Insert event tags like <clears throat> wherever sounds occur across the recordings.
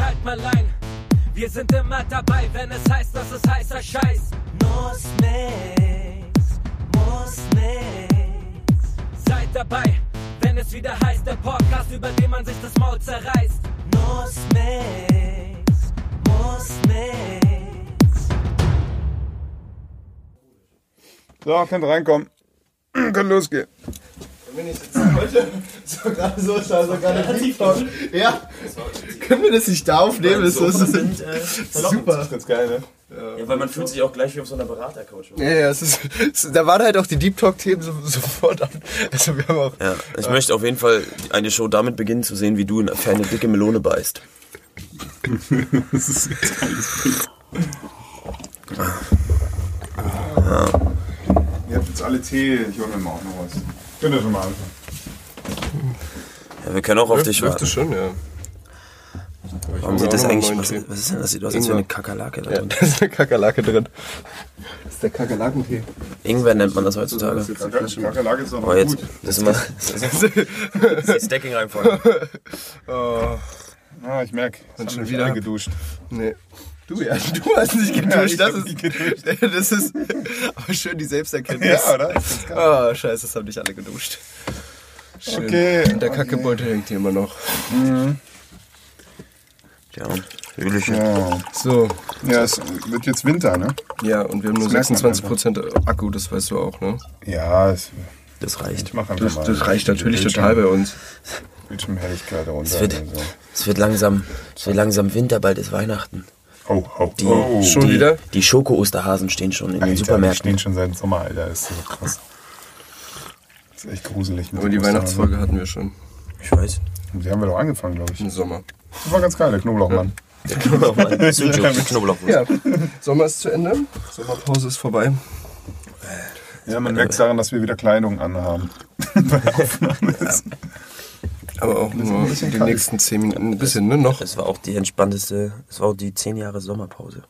halt mal ein. Wir sind immer dabei, wenn es heißt, dass es heißer Scheiß. Muss nix, muss nix, Seid dabei, wenn es wieder heißt, der Podcast, über den man sich das Maul zerreißt. muss nix, muss nix. So, könnt reinkommen. <clears throat> Kann losgehen. Wenn ich jetzt heute so gerade so, so, so gerade Beatbox. Ja. Können wir das nicht da aufnehmen? Das ist das ist super. Das ist ganz geil, ne? Ja, weil man fühlt sich auch gleich wie auf so einer Beratercoach. Ja, ja, es ist, es, da waren halt auch die Deep Talk-Themen so, sofort an. Also wir haben auch. Ja, ich möchte auf jeden Fall eine Show damit beginnen zu sehen, wie du in eine dicke Melone beißt. Das ist ein ganz geiles Bild. Ihr habt jetzt alle Tee. Ich hole mir mal auch noch was. Könnt ihr schon mal anfangen. Ja, wir können auch auf dich warten. schon, ja. Warum sieht auch das noch einen eigentlich, neuen was, Tee. was ist denn das? Sieht aus, als wäre eine Kakerlake da ja. drin. Da ist eine Kakerlake drin. Das ist der Kakerlakentee. Ingwer nennt man das Das ist heutzutage. jetzt eine Die Flasche mit. Kakerlake ist doch noch Oh, jetzt gut. das <laughs> ist immer das ist das Decking einfach. Oh, Ah, ich merke. Hat Hat schon schon wieder wieder <laughs> geduscht. nee. Du, ja, du hast nicht geduscht. ich das, hab ist, nicht geduscht. <laughs> das ist aber schön die Selbsterkenntnis. Ja, oder? Das ist ganz geil. Oh, scheiße, das haben nicht alle geduscht. Schön. Okay, Und der Kackebeutel hängt hier immer noch. Ja, natürlich. Ja, So, ja es wird jetzt Winter, ne? ja, und wir haben nur merkt man 26% Akku, das weißt du auch, ne? Ja, es, Das reicht. ich mache einfach Das, mal. das reicht natürlich total bei uns. Bildschirmhelligkeit runter. Es wird, und so. es wird langsam, es wird langsam Winter, bald ist Weihnachten. Oh, oh, oh. Schon Die, wieder? die Schoko-Osterhasen stehen schon in den Alter, Die Supermärkten. stehen schon seit dem Sommer, Alter. Das ist so krass. Das ist echt gruselig. mit Aber die dem Osterhasen. Weihnachtsfolge hatten wir schon Ich <laughs> weiß. Die haben wir doch angefangen, glaube ich. im Sommer. Das war ganz geil, der Knoblauchmann. Der Knoblauchmann. Sujuk, Knoblauch. Ja, <laughs> Sommer ist zu Ende. Sommerpause ist vorbei. Ja, man merkt daran, dass wir wieder Kleidung anhaben. Aber auch nur bisschen die kalt. nächsten 10 Minuten. Ein bisschen, ne? Noch. Es war auch die entspannteste, es war auch die 10 Jahre Sommerpause.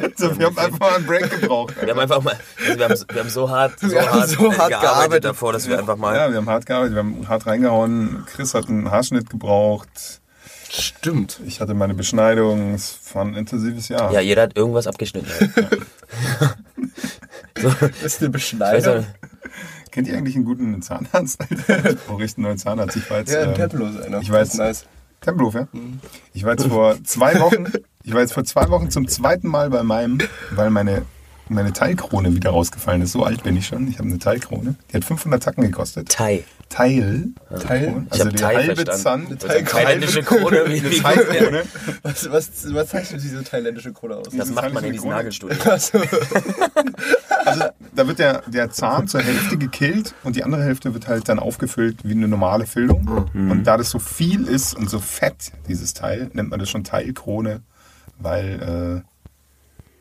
Also, wir haben einfach mal einen Break gebraucht. Wir haben einfach mal, also wir, haben, so- wir haben so hart, so Wir haben hart, so äh, hart gearbeitet, gearbeitet. davor, dass wir einfach mal. Ja, wir haben hart gearbeitet, wir haben hart reingehauen. Chris hat einen Haarschnitt gebraucht. Stimmt. Ich hatte meine Beschneidung. Es war ein intensives Jahr. Ja, jeder hat irgendwas abgeschnitten. Ist eine Weißt Beschneidung. du, Kennt ihr eigentlich einen guten <laughs> Zahnarzt? Alter? Ich brauche echt einen neuen Zahnarzt. Ich war jetzt, Ja, ein ähm, Tempelhof ist einer. ich weiß- Das ist Tempelhof, ja? Mhm. Ich war jetzt vor zwei Wochen, ich war jetzt vor zwei Wochen zum zweiten Mal bei meinem, weil meine, meine Teilkrone wieder rausgefallen ist. So alt bin ich schon. Ich habe eine Teilkrone. Die hat 500 Tacken gekostet. Thai. Teil. Teil? Also Ich Also hab die Thai halbe verstanden. Zahn. Also eine thailändische Krone. Wie, Eine wie <laughs> ne? Teilkrone. Was, was, was zeichnet diese thailändische Krone aus? das macht man in diesen Nagelstudio. Also da wird der, der Zahn zur Hälfte gekillt und die andere Hälfte wird halt dann aufgefüllt wie eine normale Füllung. Mhm. Und da das so viel ist und so fett, dieses Teil, nennt man das schon Teilkrone, weil, äh,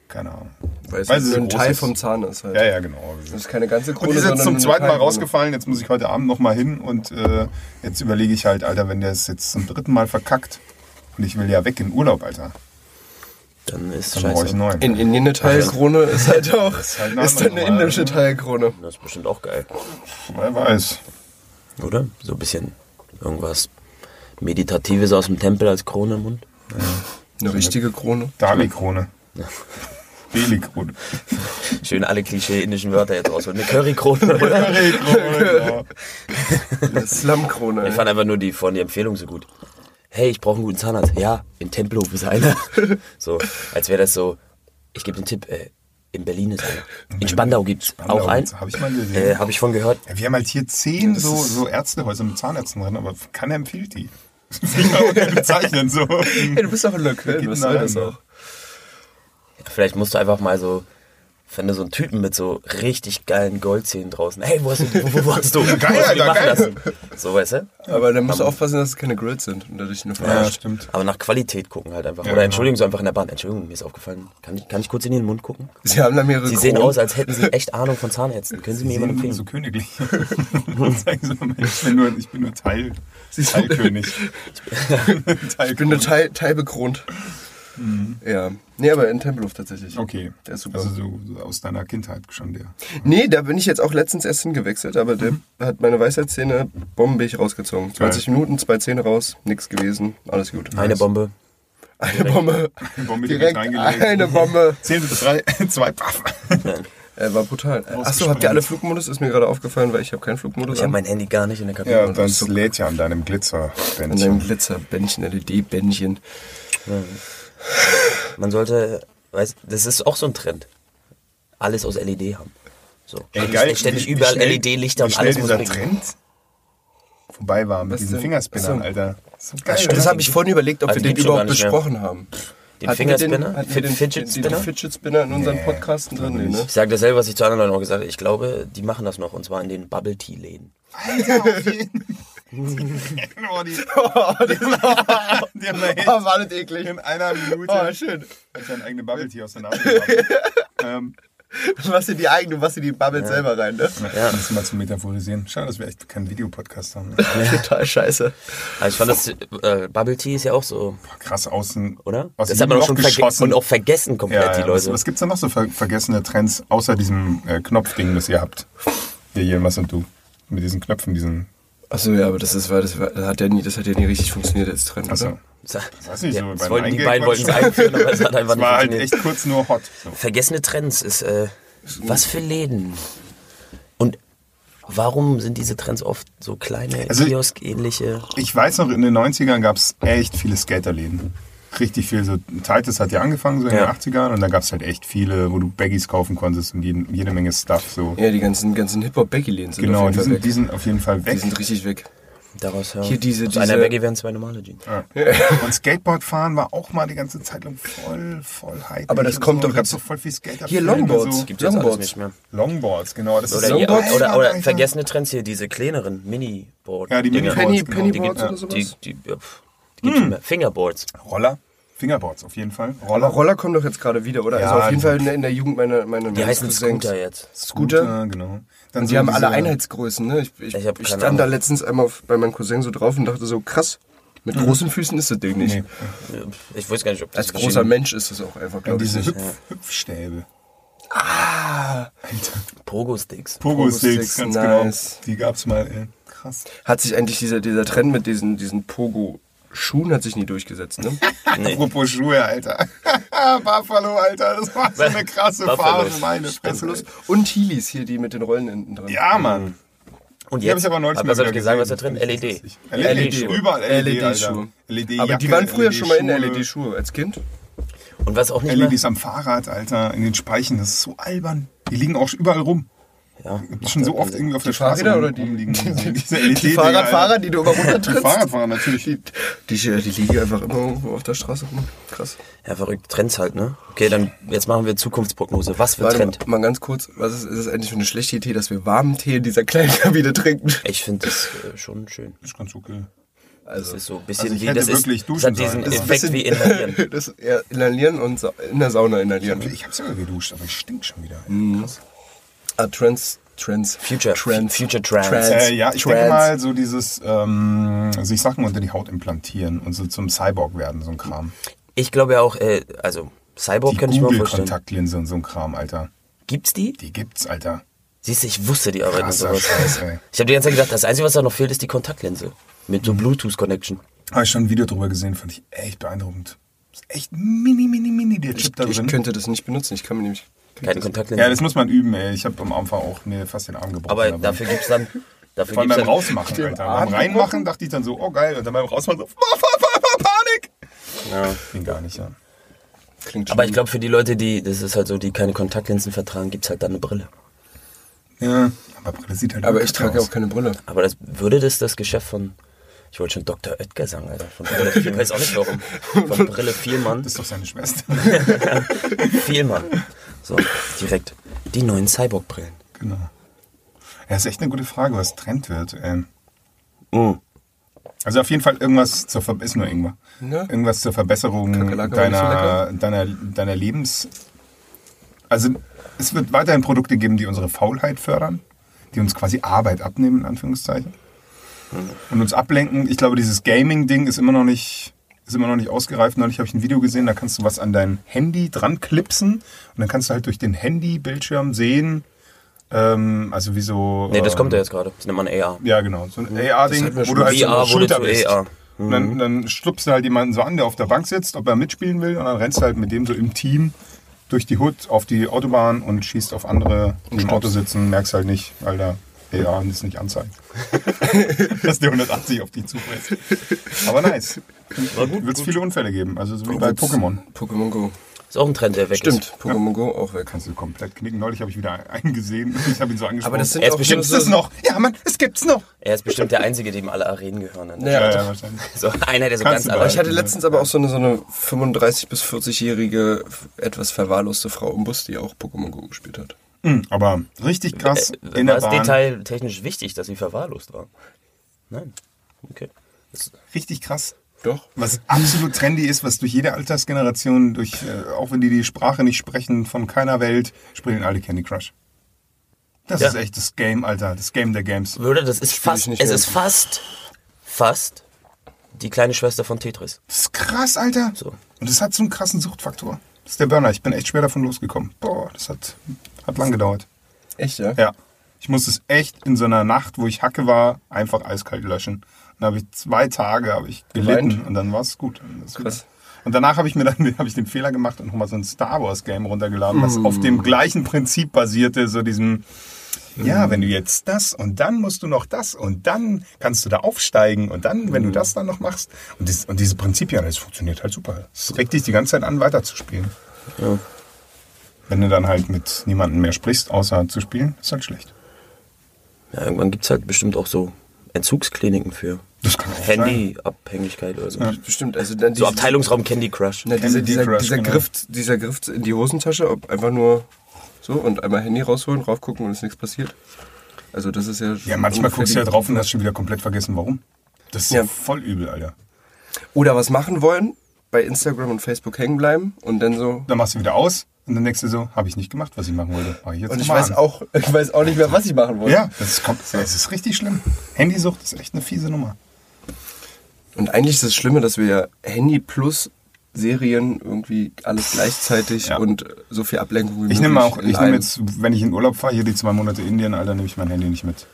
keine Ahnung. Weil es Weil es nur ein groß Teil ist. vom Zahn ist halt. Ja, ja, genau. Das ist keine ganze Krone, Und die ist jetzt zum sondern eine zweiten Mal Teilkrone. rausgefallen. Jetzt muss ich heute Abend nochmal hin und äh, jetzt überlege ich halt, Alter, wenn der es jetzt zum dritten Mal verkackt und ich will ja weg in Urlaub, Alter, Dann ist dann brauche ich scheiße. einen neuen. In Indien eine Teilkrone ist halt auch ist, halt eine dann andere eine Nummer, indische Teilkrone. Das ist bestimmt auch geil. Wer weiß. Oder? So ein bisschen irgendwas Meditatives aus dem Tempel als Krone im Mund. Eine richtige Krone. Dali-Krone. Beli-Krone. Schön alle Klischee indischen Wörter jetzt raus. Eine Currykrone, oder? Oh Curry-Krone, Eine Slum-Krone. Ich ey. fand einfach nur die von die Empfehlung so gut. Hey, ich brauche einen guten Zahnarzt. Ja, in Tempelhof <laughs> ist einer. So, als wäre das so, ich gebe den Tipp, äh, in Berlin ist einer. In Spandau gibt es Spandau auch einen. gibt's- hab ich mal gesehen. Äh, Habe ich von gehört. Ja, wir haben halt hier zehn so, so Ärztehäuser mit Zahnärzten drin, aber keiner empfiehlt die. <laughs> Ich kann auch nicht bezeichnen, so. Ey, du bist doch in Löckeln, was soll Nein. das auch? Vielleicht musst du einfach mal so, wenn du so einen Typen mit so richtig geilen Goldzähnen draußen, hey, wo hast du, wo, wo hast du, <laughs> wo Geil, hast du die Alter, machen geil. lassen? So, weißt du? Aber dann musst du aufpassen, dass es keine Grills sind und dadurch eine Ja, Frage. stimmt. Aber nach Qualität gucken halt einfach. Ja, Oder genau. entschuldigen Sie einfach in der Bahn. Entschuldigung, mir ist aufgefallen. Kann ich, kann ich kurz in den Mund gucken? Sie haben da mehrere Sie sehen Kronen. aus, als hätten Sie echt Ahnung von Zahnärzten. Können Sie mir Die jemanden sind immer so empfehlen? königlich. <laughs> Sagen sie mal, ich bin nur, ich bin nur Teil, Sie sind- Teilkönig. Ich bin total teilbekront. Ja. Nee, aber in Tempelhof tatsächlich. Mhm. Okay. Der ist super. Also so, so aus deiner Kindheit schon der. Nee, da bin ich jetzt auch letztens erst hingewechselt, aber der Mhm. hat meine Weisheitszähne bombig rausgezogen. 20 Minuten, zwei Zähne raus, nix gewesen, alles gut. Eine Bombe. Eine Bombe. Bombe Direkt direkt reingelegt. eine Bombe. 10 bis 3, <laughs> 2, paff. Äh, war brutal. Achso, habt ihr alle Flugmodus? Ist mir gerade aufgefallen, weil ich habe keinen Flugmodus. Ich habe an. mein Handy gar nicht in der Kabine. Ja, das lädt ja an deinem Glitzer. An deinem Glitzerbändchen, LED-Bändchen. Man sollte, weißt das ist auch so ein Trend. Alles aus LED haben. So. ständig wie- wie überall schnell- LED-Lichter wie und schnell alles muss dieser blinken. Trend vorbei war mit Was diesen denn? Fingerspinnern, Achso. Alter. So geil. Also Das habe ich vorhin überlegt, ob Also wir den gibt's schon überhaupt gar nicht mehr. besprochen haben. Den Hatten wir Fingerspinner? hatten wir Fid- den Fidget den- Spinner? Den Fidget Spinner in unseren Nee, Podcasten drin, nee, ne? Ich sage dasselbe, was ich zu anderen Leuten auch gesagt habe. Ich glaube, die machen das noch und zwar in den Bubble Tea Läden. Oh, <laughs> die, ne? die haben da echt war das eklig. in einer Minute Oh, schön. hat seinen eigenen Bubble Tea aus der <laughs> Nase gehabt. ähm, Was in die eigene, was in die Bubbles selber rein, ne? ja. Das mal zu metaphorisieren. Schade, dass wir echt keinen Videopodcast haben. ne? <laughs> Total scheiße. Also ich fand das, äh, Bubble Tea ist ja auch so, Krass außen. oder? Aus das dem hat man auch Loch schon vergessen geschossen. und auch vergessen komplett ja, die ja, Leute. Was, was gibt's da noch so ver vergessene Trends außer diesem äh, Knopfding, das ihr habt? Hier, Jelmas und du. Mit diesen Knöpfen, diesen. Achso, ja, aber das ist, weil das, war- das hat ja nie, das hat ja nie richtig funktioniert, das Trend. Also, Also. weiß nicht, so das beim wollten, die Eingehen beiden wollten es quatschen. einführen, <laughs> aber es hat einfach das nicht war halt funktioniert. echt kurz nur hot. So. Vergessene Trends ist, äh, was für Läden? Und warum sind diese Trends oft so kleine, Also- Kiosk-ähnliche? Ich weiß noch, in den 90ern gab es echt viele Skaterläden. Richtig viel. So, Titus hat ja angefangen, so in Ja. den 80ern. Und da gab es halt echt viele, wo du Baggies kaufen konntest und jede, jede Menge Stuff. So. Ja, die ganzen, ganzen Hip-Hop-Becky-Läden sind genau, auf die jeden Fall sind, weg. die sind auf jeden Fall Die weg. sind richtig weg. Daraus, ja. Hier diese- Aus diese- einer Baggy werden zwei normale Jeans. Und Skateboardfahren war auch mal die ganze Zeit lang voll, voll hype. Aber das und kommt so. doch gab's jetzt- doch voll viel Skater. Hier Longboards. So. Gibt es alles Longboards. nicht mehr. Longboards, genau. Das Oder, ist so hier, geil, oder, oder Alter. vergessene Trends hier, diese kleineren Mini-Board. Ja, die Dinger. Mini-Boards, Hm. Penny, genau. Die Pennyboards gibt oder sowas? die, die, ja, pff, die gibt's nicht mehr. Fingerboards. Roller. Fingerboards auf jeden Fall. Aber Roller. Roller kommen doch jetzt gerade wieder, oder? Ja, also auf jeden die- Fall in der, in der Jugend meine, meine Die heißen Scooter jetzt. Scooter. genau. Dann Und die so haben alle diese- Einheitsgrößen, ne? Ich, ich, Ich ich, hab keine stand Ahnung. da letztens einmal auf, bei meinem Cousin so drauf und dachte so, krass, mit großen Füßen ist das Ding nicht. Mhm. Nee. Äh, Ich weiß gar nicht, ob Als das großer Mensch ist das auch einfach, Dann glaube ich. diese Nicht. Ah! Hüpf Hüpfstäbe. Pogo-Sticks, Pogo-Sticks. Pogo-Sticks, ganz nice. genau. Die gab's mal, ey. Krass. Hat sich eigentlich dieser, dieser Trend mit diesen, diesen Pogo-Schuhen hat sich nie durchgesetzt, ne? <laughs> Nee. Apropos Schuhe, Alter. <laughs> Buffalo, Alter. Das war so eine krasse Buffalo. Phase, meine Fresse. Los. Und Heelys hier, die mit den Rollen hinten dran. Ja, Mhm. Mann. Und Die habe ich aber neulich was mal hab wieder ich gesagt, was da gesehen. E drin? E LED. E LED, LED-Schuhe. überall LED, Alter. E LED-Schuhe. LED Aber die waren früher schon mal in E LED-Schuhe als Kind. Und was auch nicht mehr. LEDs am Fahrrad, Alter, in den Speichen, das ist so albern. Die liegen auch überall rum. Ja. Ich hab schon so oft irgendwie auf der Straße Fahrräder rum- oder die- rumliegen <laughs> die- gesehen. <laughs> Diese Die LED -Dinger, Fahrradfahrer, Alter. die du immer Die runtertrittst. Fahrradfahrer natürlich. Die, die, äh, die liegen einfach immer irgendwo auf der Straße rum. Krass. Ja, verrückt. Trends halt, ne? Okay, dann jetzt machen wir Zukunftsprognose. Was für Warte Trend? mal, mal ganz kurz, was ist, ist es eigentlich für eine schlechte Idee, dass wir warmen Tee in dieser kleinen <laughs> Kabine trinken? Ich finde das äh, schon schön. Ist ganz okay. Das ist so ein bisschen Also ich wie hätte das ist, wirklich das duschen hat diesen sollen. Das ist ein Effekt wie <laughs> inhalieren. <laughs> Mhm. Das ja, inhalieren und sa in der Sauna inhalieren. Ich habe sogar geduscht, aber ich stink schon wieder. Ey. Mhm. Ah, Trends, Trends, Future- Trends, Future Trends. Äh, ja, ich denke Trends. mal, so dieses ähm, sich Sachen unter die Haut implantieren und so zum Cyborg werden, so ein Kram. Ich glaube ja auch, äh, also Cyborg Die könnte ich mir auch vorstellen. Google-Kontaktlinse und so ein Kram, Alter. Gibt's die? Die gibt's, Alter. Siehst du, ich wusste die Arbeit und Krasser sowas. Scheiß, ey. Mhm. Ich habe die ganze Zeit gedacht, das Einzige, was da noch fehlt, ist die Kontaktlinse. Mit so Bluetooth-Connection. Habe ich schon ein Video drüber gesehen, fand ich echt beeindruckend. Ist echt mini, mini, mini der Chip da Ich drin. könnte das nicht benutzen, ich kann mir nämlich... Keine Kontaktlinse. ja, das muss man üben, ey. Ich habe am Anfang auch mir fast den Arm gebrochen. aber dafür gibt's dann. Dafür Vor allem gibt's beim dann Rausmachen, Alter. Beim Reinmachen dachte ich dann so, oh geil. Und dann beim Rausmachen so, Panik. Ja. Ging gar nicht, ja. Klingt Aber ich schlimm. glaube, für die Leute, die, das ist halt so, die keine Kontaktlinsen vertragen, gibt's halt dann eine Brille. Ja, aber Brille sieht halt Aber wirklich ich trage aus. auch keine Brille. Aber das würde das das Geschäft von. Ich wollte schon Dr. Oetker sagen, Alter. Von Brille, ich weiß auch nicht warum. Von Brille Vielmann. Das ist doch seine Schwester. Vielmann. So, direkt. Die neuen Cyborg-Brillen. genau. Ja, ist echt eine gute Frage, was Trend wird. ey. Mhm. Also auf jeden Fall irgendwas zur Ver ist nur irgendwas. Ne? Irgendwas zur Verbesserung Kakerlake war nicht so deiner, deiner, deiner Lebens. Also es wird weiterhin Produkte geben, die unsere Faulheit fördern, die uns quasi Arbeit abnehmen, in Anführungszeichen. Und uns ablenken. Ich glaube, dieses Gaming-Ding ist immer noch nicht, ist immer noch nicht ausgereift. Neulich habe ich ein Video gesehen, da kannst du was an dein Handy dran klipsen und dann kannst du halt durch den Handy-Bildschirm sehen. Ähm, also wie so. Nee, das ähm, kommt ja jetzt gerade. Das nennt man AR. Ja, genau. So ein AR-Ding, hatten wir wo schon. du halt so VR auf der wurde Schulter zu bist. AR. Und Mhm. dann, dann stupst du halt jemanden so an, der auf der Bank sitzt, ob er mitspielen will. Und dann rennst du halt mit dem so im Team durch die Hut auf die Autobahn und schießt auf andere, die im Auto sitzen. Merkst halt nicht, weil da AR das nicht <laughs> anzeigt. Dass der 180 auf die zupresst. Aber nice. Wird es viele Unfälle geben. Also so wie bei Pokémon. Pokémon Go. Ist auch ein Trend, der weg ist. Stimmt, Pokémon Go auch weg. Kannst du komplett knicken. Neulich habe ich wieder einen gesehen. <laughs> Ich habe ihn so angesprochen. Aber das sind Er ist auch nur bestimmt Gibt's das noch? Ja, Mann, es gibt's noch. Er ist bestimmt der Einzige, dem alle Arenen gehören. ne? Ja, doch. wahrscheinlich. So einer, der so Kannst ganz du allein. Äh, behalten. Ich hatte letztens aber auch so eine, so eine 35- bis 40-jährige, etwas verwahrloste Frau im Bus, die auch Pokémon Go gespielt hat. Hm, Aber richtig krass. Äh, in war der es Bahn. detailtechnisch wichtig, dass sie verwahrlost war? Nein. Okay. Richtig krass. Doch. Was absolut trendy ist, was durch jede Altersgeneration, durch, äh, auch wenn die die Sprache nicht sprechen, von keiner Welt, spielen alle Candy Crush. Das Ja. ist echt das Game, Alter. Das Game der Games. Würde, das ist Spiel ich fast, nicht es mehr. ist fast, fast die kleine Schwester von Tetris. Das ist krass, Alter. So. Und das hat so einen krassen Suchtfaktor. Das ist der Burner. Ich bin echt schwer davon losgekommen. Boah, das hat, hat lang gedauert. Echt, ja? Ja. Ich musste es echt in so einer Nacht, wo ich Hacke war, einfach eiskalt löschen. Dann habe ich zwei Tage habe ich gelitten Geweint? und dann war es gut. Dann ist Krass. gut. Und danach habe ich mir dann <laughs> habe ich den Fehler gemacht und nochmal so ein Star Wars Game runtergeladen, was auf Mm. dem gleichen Prinzip basierte, so diesem ja, wenn du jetzt das und dann musst du noch das und dann kannst du da aufsteigen und dann, Mm. wenn du das dann noch machst und, dies, und diese Prinzipien, das funktioniert halt super. Es regt dich die ganze Zeit an, weiterzuspielen. Wenn du dann halt mit niemandem mehr sprichst, außer zu spielen, ist halt schlecht. Ja, irgendwann gibt es halt bestimmt auch so Entzugskliniken für Das kann auch sein. Handyabhängigkeit oder so. Bestimmt. Also dann So diese, Abteilungsraum Candy Crush. na, diese, Candy dieser, Crush, dieser, genau. Griff, dieser Griff in die Hosentasche, ob einfach nur so und einmal Handy rausholen, raufgucken und ist nichts passiert. Also das ist ja... Ja, manchmal ungefähr guckst du ja die- drauf und hast schon wieder komplett vergessen, warum. Das ist ja, Ja. voll übel, Alter. Oder was machen wollen, bei Instagram und Facebook hängen bleiben und dann so... Dann machst du wieder aus und dann denkst du so, habe ich nicht gemacht, was ich machen wollte. Mach ich jetzt Und ich nochmal weiß, an. auch, <laughs> ich weiß auch nicht mehr, was ich machen wollte. Ja, das, kommt, das ist richtig schlimm. Handysucht ist echt eine fiese Nummer. Und eigentlich ist das Schlimme, dass wir ja Handy plus Serien irgendwie alles gleichzeitig Ja. und so viel Ablenkung wie Ich möglich nehme auch, in ich nehme einem- jetzt, wenn ich in Urlaub fahre, hier die zwei Monate Indien, Alter, nehme ich mein Handy nicht mit.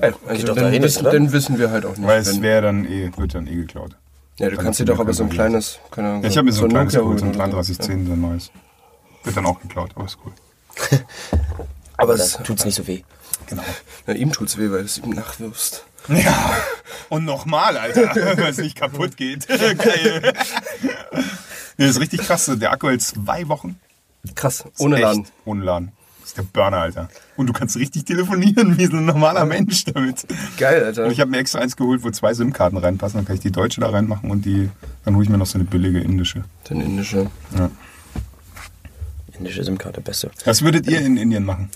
Geil. Also Geht doch dann, dahin, wissen, oder? dann wissen wir halt auch nicht. Weil es wenn- wäre dann eh, wird dann eh geklaut. ja, du dann kannst dir können doch aber wir so ein kein kleines, keine Ahnung, Ja, ich habe mir so ein ein kleines Nokia geholt, so ein holen oder 3310, so ein neues. Wird dann auch geklaut, aber ist cool. Aber das- <laughs> das tut's nicht so weh. Genau. Ja, ihm tut's weh, weil du es ihm nachwirfst. Ja, und nochmal, Alter, <laughs> wenn es nicht kaputt geht. Geil. Nee, das ist richtig krass. Der Akku hält zwei Wochen. Krass, Ist ohne echt Laden. Ohne Laden. Das ist der Burner, Alter. Und du kannst richtig telefonieren wie so ein normaler Mensch damit. Geil, Alter. Und ich habe mir extra eins geholt, wo zwei SIM-Karten reinpassen. Dann kann ich die deutsche da reinmachen und die. Dann hole ich mir noch so eine billige indische. Den indische. Indische SIM-Karte, beste. Was würdet ihr in Indien machen?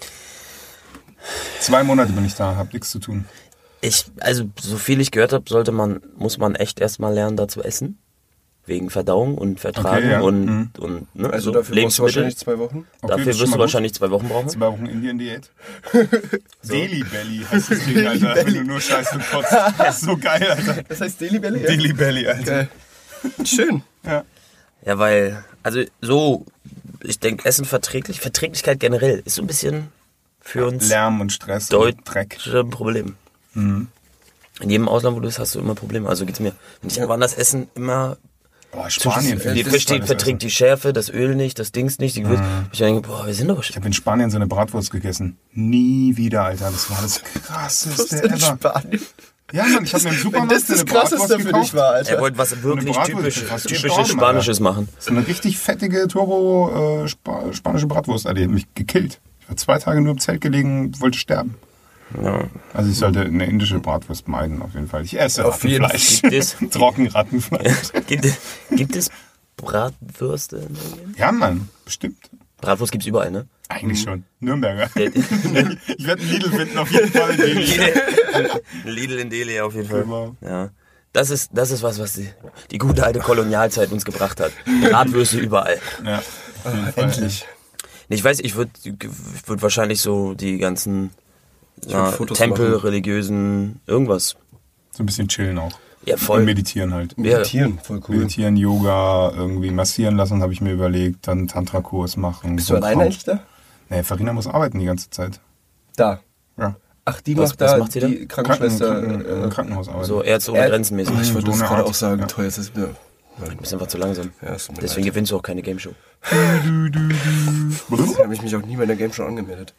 Zwei Monate bin ich da, hab nichts zu tun. Ich, also, so viel ich gehört habe, sollte man, muss man echt erstmal lernen, da zu essen. Wegen Verdauung und Vertragen Okay, ja. und, Mhm. und ne, Also so dafür brauchst du Lebensmittel. wahrscheinlich zwei Wochen. Okay, dafür das ist schon wirst mal du gut. wahrscheinlich zwei Wochen brauchen. Zwei Wochen <laughs> Indien-Diät. Daily Belly heißt das Ding, Alter. Wenn du nur scheißt und kotzt. Das ist so geil, Alter. Das heißt Daily Belly? Daily Belly, Alter. Geil. Schön. <laughs> Ja, weil, also so, ich denke, Essen verträglich, Verträglichkeit generell ist so ein bisschen für uns Lärm und Stress Deut- und Dreck. Mhm. ein Problem. In jedem Ausland, wo du bist, hast du immer Probleme. Also geht's mir. Wenn ich woanders essen, immer. Boah, Oh, Spanien finde Die ich versteht, tolles verträgt Essen. die Schärfe, das Öl nicht, das Dings nicht, die Gewürze. Mhm. Ich denke, boah, wir sind doch Ich habe in Spanien so eine Bratwurst gegessen. Nie wieder, Alter. Das war das krasseste In ever. Spanien. Ja, Mann, ich habe mir im Wenn Supermarkt das das eine Bratwurst Krasseste für gekauft. dich war, Er Alter. wollte was wirklich Bratwurst typisch, ist fast typisches gestorben, Spanisches machen. So eine richtig fettige Turbo äh, Spa spanische Bratwurst, Alter. Die hat mich gekillt. Ich war zwei Tage nur im Zelt gelegen, wollte sterben. Also ich sollte eine indische Bratwurst meiden, auf jeden Fall. Ich esse Auf jeden Rattenfleisch. Fall. Gibt <laughs> es- Trocken Rattenfleisch. <laughs> <laughs> gibt, es, gibt es Bratwürste in Indien? Ja, Mann, bestimmt. Bratwurst gibt's <laughs> überall, ne? <laughs> Eigentlich schon. Nürnberger. <laughs> ich werde einen Lidl finden, auf jeden Fall. Den ich Lidl in Delhi auf jeden Fall. Genau. Ja. Das ist, das ist was, was die, die gute alte Kolonialzeit uns gebracht hat. Bratwürste überall. ja, auf jeden Fall. Ah, Endlich. Nee, Ich weiß, ich würde ich würd wahrscheinlich so die ganzen würd ja, Fotos Tempel, machen. religiösen, irgendwas. So ein bisschen chillen auch. Ja, voll. Und meditieren halt. Meditieren, voll cool. Meditieren, Yoga, irgendwie massieren lassen, habe ich mir überlegt. Dann Tantra-Kurs machen. Bist du alleine eigentlich da? Nee, Farina muss arbeiten die ganze Zeit. Da. Ja. Ach, die Was- macht was da macht sie da? die Krankenschwester. Kranken, äh, Kranken, Krankenhaus arbeiten. So Ärzte ohne Äh, Grenzen mäßig. ich Du wollte so das eine gerade Art, auch sagen, ja. teuer ist das mir. Nein, bist einfach zu langsam. Ja, ist mir Deswegen leid. gewinnst du auch keine Game Show. <laughs> deswegen habe ich mich auch nie bei einer Game Show angemeldet.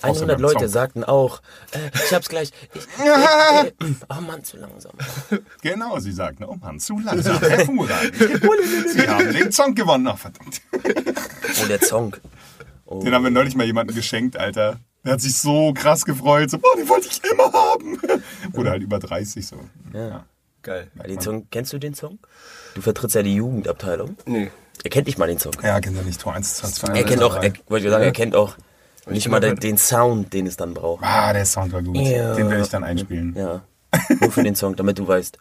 100 beim Leute Song. sagten auch, äh, ich hab's gleich. Ich, äh, äh, oh Mann, zu langsam. Genau, sie sagten, oh Mann, zu <laughs> langsam, hervorragend. sie haben den Song gewonnen, ach verdammt. Oh, der Song. Den haben wir neulich mal jemandem geschenkt, Alter. Der hat sich so krass gefreut, so, boah, den wollte ich immer haben. Oder halt über 30 so. Ja. Geil. Den Song. Kennst du den Song? Du vertrittst ja die Jugendabteilung. Nee. Er kennt nicht mal den Song. Ja, kennt er nicht, Tor 1, Tor 2. Er kennt auch, er, wollte ich sagen, er kennt auch Ich nicht bin mal den, bereit. den Sound, den es dann braucht. Ah, der Sound war gut. Ja. Den werde ich dann einspielen. Ja. Nur für den Song, damit du weißt.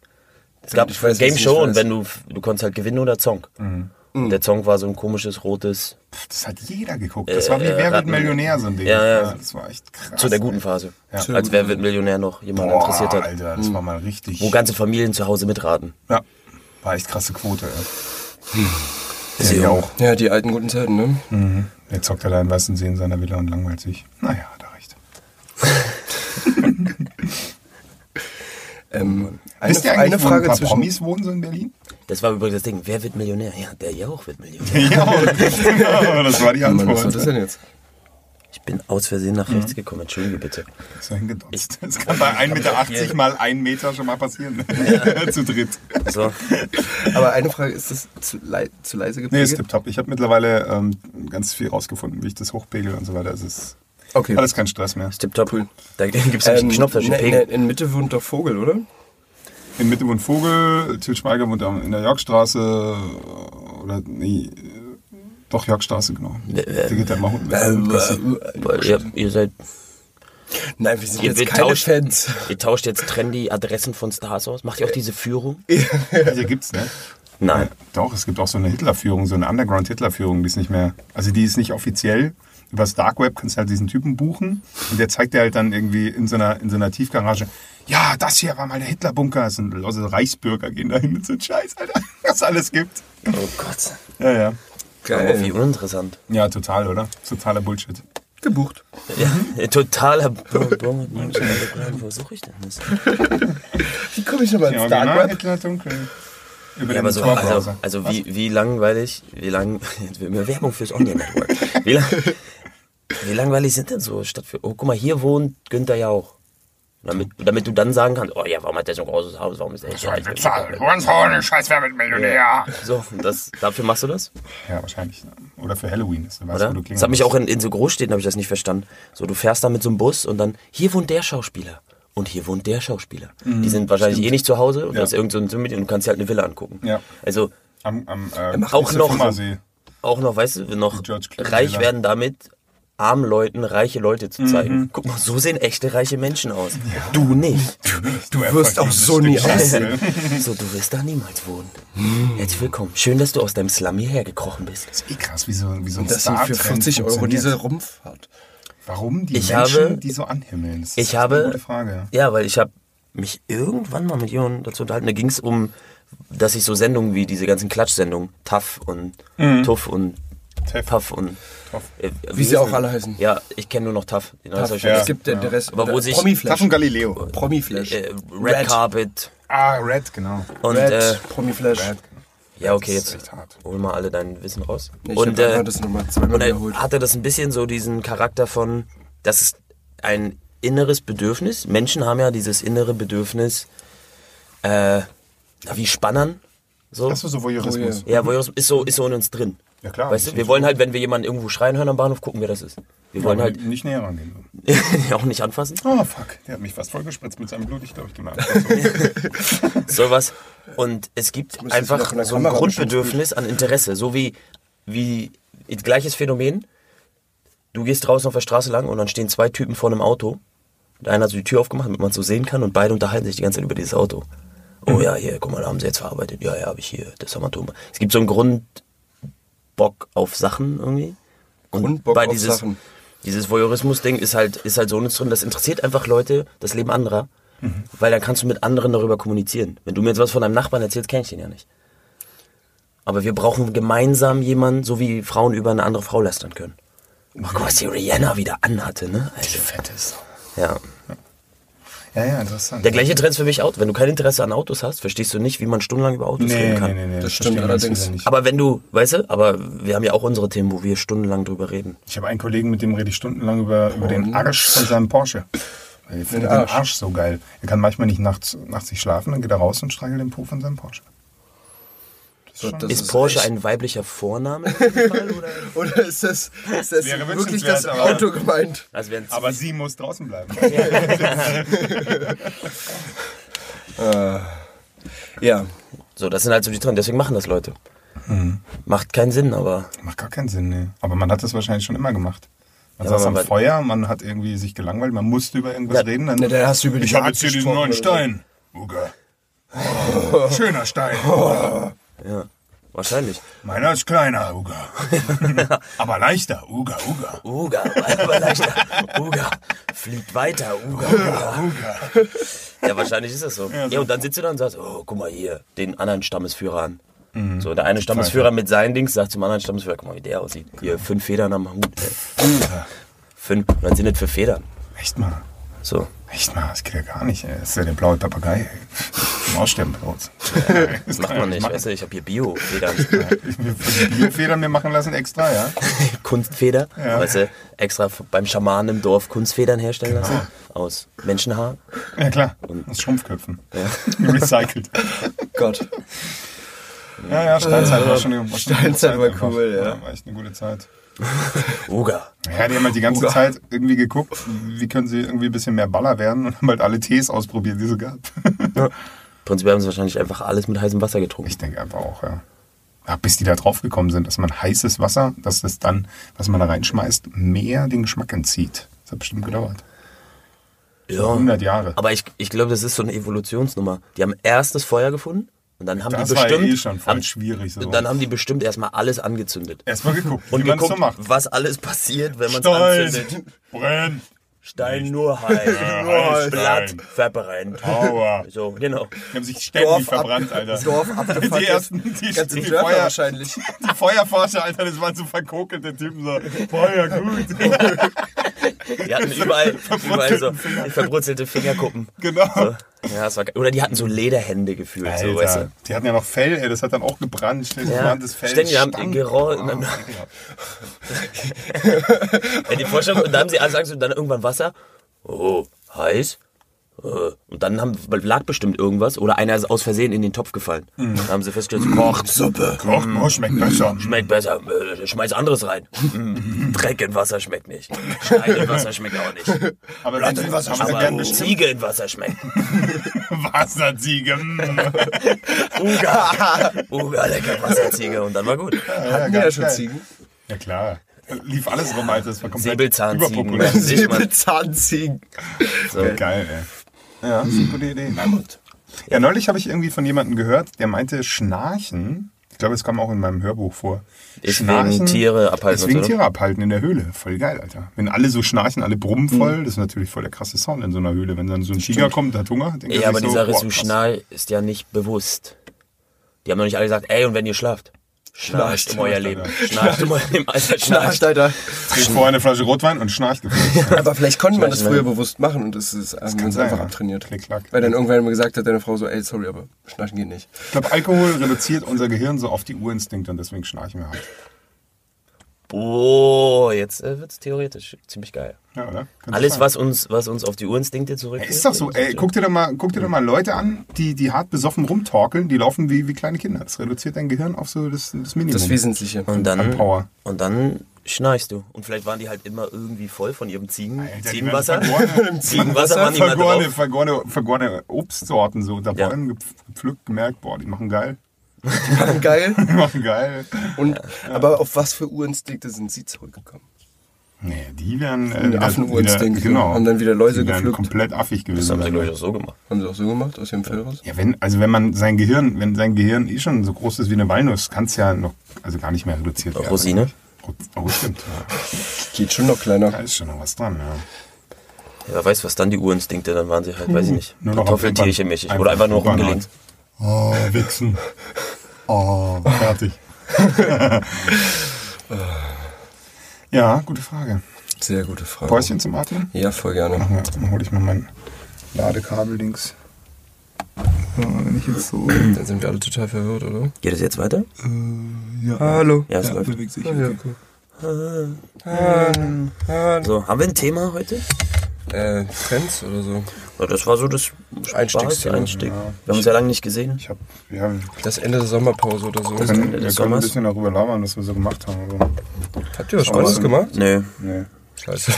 Es gab ich weiß, was Mhm. Game ich Show weiß. und wenn du, du konntest halt gewinnen oder Song. Und der Song war so ein komisches rotes, Pff, Das hat jeder geguckt. Das war wie Wer wird Ratten- Millionär, so ein Ding. Äh, Ja, ja. Das war echt krass. zu der guten Phase. Ja. Als wer wird Millionär noch jemand Boah, interessiert hat. Hm. Alter, das war mal richtig. Wo ganze Familien zu Hause mitraten. ja, war echt krasse Quote. Hm. Ja. Der Sie hier auch. auch. Ja, die alten guten Zeiten, ne? Der zockt er da in weißen See in seiner Villa und langweilt sich. Naja, hat er recht. Ähm, eine, Wisst ihr eigentlich, eine wo ein Frage paar zwischen. Promis wohnen so in <laughs> Berlin? Das war übrigens das Ding, wer wird Millionär? Ja, der Jauch wird <laughs> Millionär. ja, genau, das war die Mann, was Antwort. soll das denn jetzt? Ich bin aus Versehen nach Mhm. rechts gekommen, entschuldige bitte. So hingedotzt. Das kann bei 1,80 Meter mal 1 Meter schon mal passieren. <laughs> Zu dritt. <laughs> So, Aber eine Frage, ist das zu, lei zu leise Nee, ist gepegelt? tipptopp. Ich habe mittlerweile ähm, ganz viel rausgefunden, wie ich das hochpegel und so weiter. Es ist okay. alles kein Stress mehr. tipptopp. Cool. Ähm, ne, Da gibt's nämlich einen Knopf, da steht in, Pegel. in, in Mitte wohnt doch Vogel, oder? In Mitte wohnt Vogel, Til Schweiger wohnt am- in der Jörgstraße oder nee, äh, doch Jörgstraße, genau. Äh, Der geht da immer hoch. Ja, ihr seid Nein, wir sind Ihr, jetzt wir keine tauscht, Fans. ihr tauscht jetzt trendy Adressen von Stars aus. Macht ihr auch diese Führung? äh, Hier gibt's, ne? Nein. Doch, es gibt auch so eine Hitlerführung, so eine Underground-Hitlerführung, die ist nicht mehr, also die ist nicht offiziell. Über das Dark Web kannst du halt diesen Typen buchen und der zeigt dir halt dann irgendwie in so einer, in so einer Tiefgarage, ja, das hier war mal der Hitlerbunker. Das sind also Reichsbürger, gehen da hin und sind scheiß, Alter, <laughs> was alles gibt. Oh Gott. Ja, ja. Aber wie uninteressant. Ja, total, oder? Totaler Bullshit. Gebucht. Ja, totaler Wo suche ich denn das? Wie komme ich nochmal Ja, ins original Dark Web? Hitler dunkel. Über den Ja, aber so, also, Tor-Browser. also wie, wie langweilig, wie lang, <laughs> jetzt wird mir Werbung fürs Online-Network. Wie, lang, wie langweilig sind denn so Stadt für, oh guck mal, hier wohnt Günther Jauch. Damit, damit du dann sagen kannst, oh ja, warum hat der so ein großes Haus, warum ist der so Scheiß alt? Hitler, du hast auch einen Scheiß, wer wird Millionär? So, und das, dafür machst du das? Ja, wahrscheinlich. ne? Oder für Halloween ist weißt, Oder? wo du Das hat mich klingelst. auch in, in so Großstädten habe ich das nicht verstanden. So, du fährst da mit so einem Bus und dann, hier wohnt der Schauspieler und hier wohnt der Schauspieler. Die sind wawahrscheinlich eh nicht zu Hause und Mhm, Ja. das ist irgend so ein Zoom mit und du kannst dir halt eine Villa angucken. Ja. Also Am, am äh, macht auch noch- Fummersee. auch noch, weißt du, noch George Clooney reich Villa. werden damit, armen Leuten reiche Leute zu zeigen. Mhm. Guck mal, so sehen echte reiche Menschen aus. Du nicht. <laughs> Du wirst auch so nie ne? aussehen. <laughs> so, du wirst da niemals wohnen. Mhm. Herzlich willkommen. Schön, dass du aus deinem Slum hierher gekrochen bist. Das ist eh krass, wie so, wie so ein Das sind für Star-Trend 40 Euro funktioniert. diese Rumpfahrt. Warum die Ich Menschen, habe- die so anhimmeln? Das ist Ich echt habe. Eine gute Frage. Ja, weil ich habe mich irgendwann mal mit jemandem dazu unterhalten. Da ging es um, dass ich so Sendungen wie diese ganzen Klatschsendungen, Taff und Mhm. Tuff und Teff. Puff und. Tuff. Äh, Wie sie auch alle heißen. Ja, ich kenne nur noch Taff. Den Rest hab ich ja. vergessen. Es gibt den den Rest. Aber wo oder sich- Promiflash. Taffen Galileo. Promiflash. Äh, Red, Carpet Ah, Red, genau. und Red, äh, Promiflash. ja okay Das ist jetzt echt hart. hol mal alle dein Wissen raus Ich und und äh, das nochmal zweimal und wiederholt. dann hatte das ein bisschen so diesen Charakter von das ist ein inneres Bedürfnis Menschen haben ja dieses innere Bedürfnis äh, na, wie Spannern so Das war so Voyeurismus. Ja, Voyeurismus ist so, ist so in uns drin. Ja, klar. Weißt du, wir wollen halt, wenn wir jemanden irgendwo schreien hören am Bahnhof, gucken, wer das ist. Wir wollen Aber halt Nicht näher rangehen. <laughs> auch nicht anfassen. Oh, fuck. Der hat mich fast vollgespritzt mit seinem Blut. Ich glaube, ich tue mal ab. <laughs> Sowas. Und es gibt müsste es wieder einfach von der so ein Kamera Grundbedürfnis an Interesse. So wie, wie gleiches Phänomen. Du gehst draußen auf der Straße lang und dann stehen zwei Typen vor einem Auto. Der eine hat so die Tür aufgemacht, damit man es so sehen kann und beide unterhalten sich die ganze Zeit über dieses Auto. Mhm. Oh ja, hier, guck mal, da haben sie jetzt verarbeitet. Ja, ja, habe ich hier, das haben wir tun. Es gibt so einen Grundbock auf Sachen irgendwie. Und Grundbock bei auf dieses, Sachen. Dieses Voyeurismus-Ding ist halt, ist halt so nichts drin. Das interessiert einfach Leute, das Leben anderer. Mhm. Weil dann kannst du mit anderen darüber kommunizieren. Wenn du mir jetzt was von deinem Nachbarn erzählst, kenne ich den ja nicht. Aber wir brauchen gemeinsam jemanden, so wie Frauen über eine andere Frau lästern können. Ach, guck mal, was die Rihanna wieder anhatte, ne? Die Also, Fette ist. ja. Ja, ja, interessant. Der gleiche Trend ist für mich Auto. Wenn du kein Interesse an Autos hast, verstehst du nicht, wie man stundenlang über Autos nee, reden kann. nee, nee, nee, Das verstehen stimmt wir uns allerdings. wieder Nicht. Aber wenn du, weißt du, aber wir haben ja auch unsere Themen, wo wir stundenlang drüber reden. Ich habe einen Kollegen, mit dem rede ich stundenlang über, über den Oh. Arsch von seinem Porsche. Er findet den Arsch. Arsch. so geil. Er kann manchmal nicht nachts, nachts nicht schlafen, dann geht er raus und streichelt den Po von seinem Porsche. So, das Ist Porsche echt- ein weiblicher <laughs> Vorname? Oder ist das, ist das Wäre wirklich wünschenswert, das aber- Auto gemeint? Also wären Aber sie muss draußen bleiben. <laughs> Äh, Ja. So, das sind halt so die Trends. Deswegen machen das Leute. Mhm. Macht keinen Sinn, aber Macht gar keinen Sinn, ne? Aber man hat das wahrscheinlich schon immer gemacht. Man Ja, aber saß am man- Feuer, man hat irgendwie sich gelangweilt, man musste über irgendwas Ja, reden. Dann, ne, dann hast du über die ich habe Arbeit jetzt hier diesen gesprochen neuen oder so. Stein. Uga. Oh, <laughs> schöner <laughs> Stein. ja, wahrscheinlich. Meiner ist kleiner, <laughs> Uga. Aber leichter, Uga, Uga. Uga, aber leichter. Uga, fliegt weiter, Uga, Uga. Ja, wahrscheinlich ist das so. Ja, und dann sitzt du da und sagst, oh, guck mal hier, den anderen Stammesführer an. So, der eine Stammesführer mit seinen Dings sagt zum anderen Stammesführer, guck mal, wie der aussieht. Hier, fünf Federn am Hut. Ey. Fünf, und dann sind das für Federn. Echt mal. So. Echt mal, das geht ja gar nicht. Ey. Das ist ja der blaue Papagei. Ey. Zum Aussterben bloß. Das macht man nicht, weißt du, ich habe hier Bio-Federn, Biofedern mir machen lassen extra, ja? <laughs> Kunstfeder, weißt du, extra f- beim Schamanen im Dorf Kunstfedern herstellen lassen, aus Menschenhaar. Ja klar, aus Schrumpfköpfen. <laughs> Recycelt. Gott. Ja, ja, Steinzeit war schon eine war schon eine gute Steinzeit war einfach. cool, ja. War echt eine gute Zeit. Uga. Ja, die haben halt die ganze Uga. Zeit irgendwie geguckt, wie können sie irgendwie ein bisschen mehr Baller werden und haben halt alle Tees ausprobiert, die es gab. Prinzipiell haben sie wahrscheinlich einfach alles mit heißem Wasser getrunken. Ich denke einfach auch, ja. ja. Bis die da drauf gekommen sind, dass man heißes Wasser, dass das dann, was man da reinschmeißt, mehr den Geschmack entzieht. Das hat bestimmt gedauert. ja. 100 Jahre. Aber ich, ich glaube, das ist so eine Evolutionsnummer. Die haben erst das Feuer gefunden und dann haben Das die war ja bestimmt. eh schon voll haben, schwierig, so. Und dann haben die bestimmt erstmal alles angezündet. Erstmal geguckt, Und wie man es so geguckt, macht. was alles passiert, wenn man es anzündet. Stein, brenn, Stein <laughs> nur heiß. heiß, Blatt Stein. verbrennt. Aua. So, genau. Die haben sich ständig Dorf ab- verbrannt, Alter. Dorf abgefuckt. Die ersten, die, Ganze die, Dörfer Feuer, wahrscheinlich. die Feuerforscher, Alter, das waren so verkokelte Typen, so, Feuer, gut. <laughs> <laughs> Die hatten überall, überall so verbrutzelte Fingerkuppen. Genau. So. Ja, das war ge- Oder die hatten so Lederhände gefühlt, so, weißt Alter, du. die hatten ja noch Fell, ey, das hat dann auch gebrannt. Stell dir mal Ja, an, das Fell ständig haben die stank. gerollt. und dann- Ja, die Vorstellung, und dann haben sie alles Angst und dann irgendwann Wasser. Oh, heiß. Äh, Und dann haben, lag bestimmt irgendwas oder einer ist aus Versehen in den Topf gefallen. Mhm. Dann haben sie festgestellt, kocht, Suppe, Doch, oh, schmeckt besser. schmeckt besser, Äh, schmeiß anderes rein. Mm, Dreck in Wasser schmeckt nicht. Stein in Wasser schmeckt auch <laughs> nicht. Aber wenn sie was haben, sie Aber gern bestimmt <laughs> Ziege in Wasser schmeckt. Wasserziege. <laughs> mm. <laughs> Uga, Uga, lecker Wasserziege und dann war gut. Hatten wir ja schon Ziegen. Ja, klar. Lief alles rum, Alter, das war komplett Säbelzahnziegen. <laughs> überpopulär. Das ist man- Säbelzahnziehen. Geil, ey. Ja, das ist eine gute Idee. Na gut. Ja, neulich habe ich irgendwie von jemandem gehört, der meinte, Schnarchen, ich glaube, es kam auch in meinem Hörbuch vor. Ist wegen Tiere abhalten Ist wegen und so, ne? Tiere abhalten in der Höhle. Voll geil, Alter. Wenn alle so schnarchen, alle brummen Hm. voll, das ist natürlich voll der krasse Sound in so einer Höhle. Wenn dann so ein Tiger kommt, der hat Hunger, denkt er Ja, aber sich so, dieser boah, Risu krass. Schnall ist ja nicht bewusst. Die haben noch nicht alle gesagt, ey, und wenn ihr schlaft, schnarcht um euer Schnarcht, Leben. Alter. Schnarcht um euer Leben, Alter, Schnarcht, schnarcht. Alter. Trinkt vorher eine Flasche Rotwein und <laughs> schnarcht. gefälligst. Aber vielleicht konnte man das Schnarcht, früher bewusst machen und das ist das kann uns sein, einfach ja. abtrainiert. Klick, klack. Weil dann irgendwann mal gesagt hat deine Frau so, ey, sorry, aber Schnarchen geht nicht. Ich glaube, Alkohol reduziert unser Gehirn so auf die Urinstinkte und deswegen schnarchen wir halt. Boah, jetzt äh, wird's theoretisch ziemlich geil. Ja, oder? Könnte Alles, sein. was uns, was uns auf die Urinstinkte zurück. Ey, Ist doch so, ey, guck dir doch mal, guck dir doch mal Leute an, die, die hart besoffen rumtorkeln, die laufen wie, wie kleine Kinder. Das reduziert dein Gehirn auf so das, das Minimum. Das Wesentliche. Und dann, an Power. und dann schnarchst du. Und vielleicht waren die halt immer irgendwie voll von ihrem Ziegen, Alter, die werden Ziegenwasser. <laughs> vergorene- Ziegenwasser waren die mal Vergorene, drauf. vergorene, vergorene Obstsorten so unter Ja. Bäumen gepf- gepflückt, gemerkt, boah, die machen geil. <laughs> <laughs> Geil. Die machen geil. Und, Aber auf was für Urinstinkte sind sie zurückgekommen? Nee, die werden. Äh, Ein wieder- Affenurinstinkt, wieder- Genau. haben dann wieder Läuse die wären gepflückt. komplett affig Das haben gewesen. sie, glaube ich, sein. auch so gemacht. Haben sie auch so gemacht, aus ihrem Fell raus? Ja, wenn, also wenn man sein Gehirn, wenn sein Gehirn eh schon so groß ist wie eine Walnuss, kann es ja noch, also gar nicht mehr reduziert werden. Rosine? Oh, stimmt. Ja, Geht schon noch kleiner. da ist schon noch was dran, ja. Ja, wer weiß, was dann die Urinstinkte, dann waren sie halt, weiß ich nicht, Nur noch Kartoffeltierchen-mäßig. am Oder einfach nur Banat. rumgelegen. Oh, Wichsen. Oh, fertig. <laughs> ja, gute Frage. Sehr gute Frage. Päuschen zum Atmen? Ja, voll gerne. Ja, dann hole ich mal mein Ladekabel links. So, wenn ich jetzt so. Dann sind wir alle total verwirrt, oder? Geht es jetzt weiter? Ja, Hallo. Ja, es ja, läuft. bewegt sich. Ah, ja, cool. So, haben wir ein Thema heute? Äh, Trends oder so. Ja, das war so das Einstiegsthema. Einstieg. Wir haben uns ja lange nicht gesehen. Ich hab, ja, wir Das Ende der Sommerpause oder so. können, Ende wir des können ein Sommers. bisschen darüber labern, was wir so gemacht haben. Aber, Habt ihr was Spannendes gemacht? Nee, nee. Scheiße.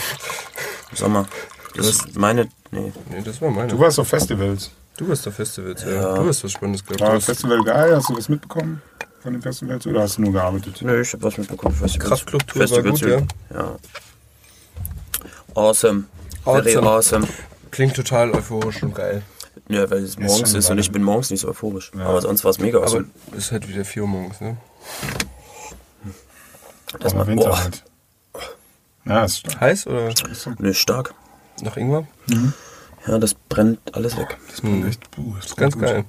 <laughs> Sommer. Das ist meine. Nee. Nee, das war meine. Du warst auf Festivals. Du bist der Festivals, ja. Du hast was Spannendes War das gemacht. Festival geil? Hast du was mitbekommen von den Festivals oder hast du nur gearbeitet? Nö, ich hab was mitbekommen. Ich weiß nicht, was- Kraftclub-Tour war Festivals- gut, ja. Awesome. Very Awesome. awesome. Klingt total euphorisch und geil. Ja, weil es morgens schon ist und geil. ich bin morgens nicht so euphorisch. Aber sonst war es mega Aber awesome. es ist halt wieder 4 Uhr morgens, ne? Das Aber war Winter boah, halt. Ja, ist stark. Heiß oder nö, stark. noch Ingwer? Ja, das brennt alles weg. Das bringt echt puh, das Hm. bringt Ganz gut. geil.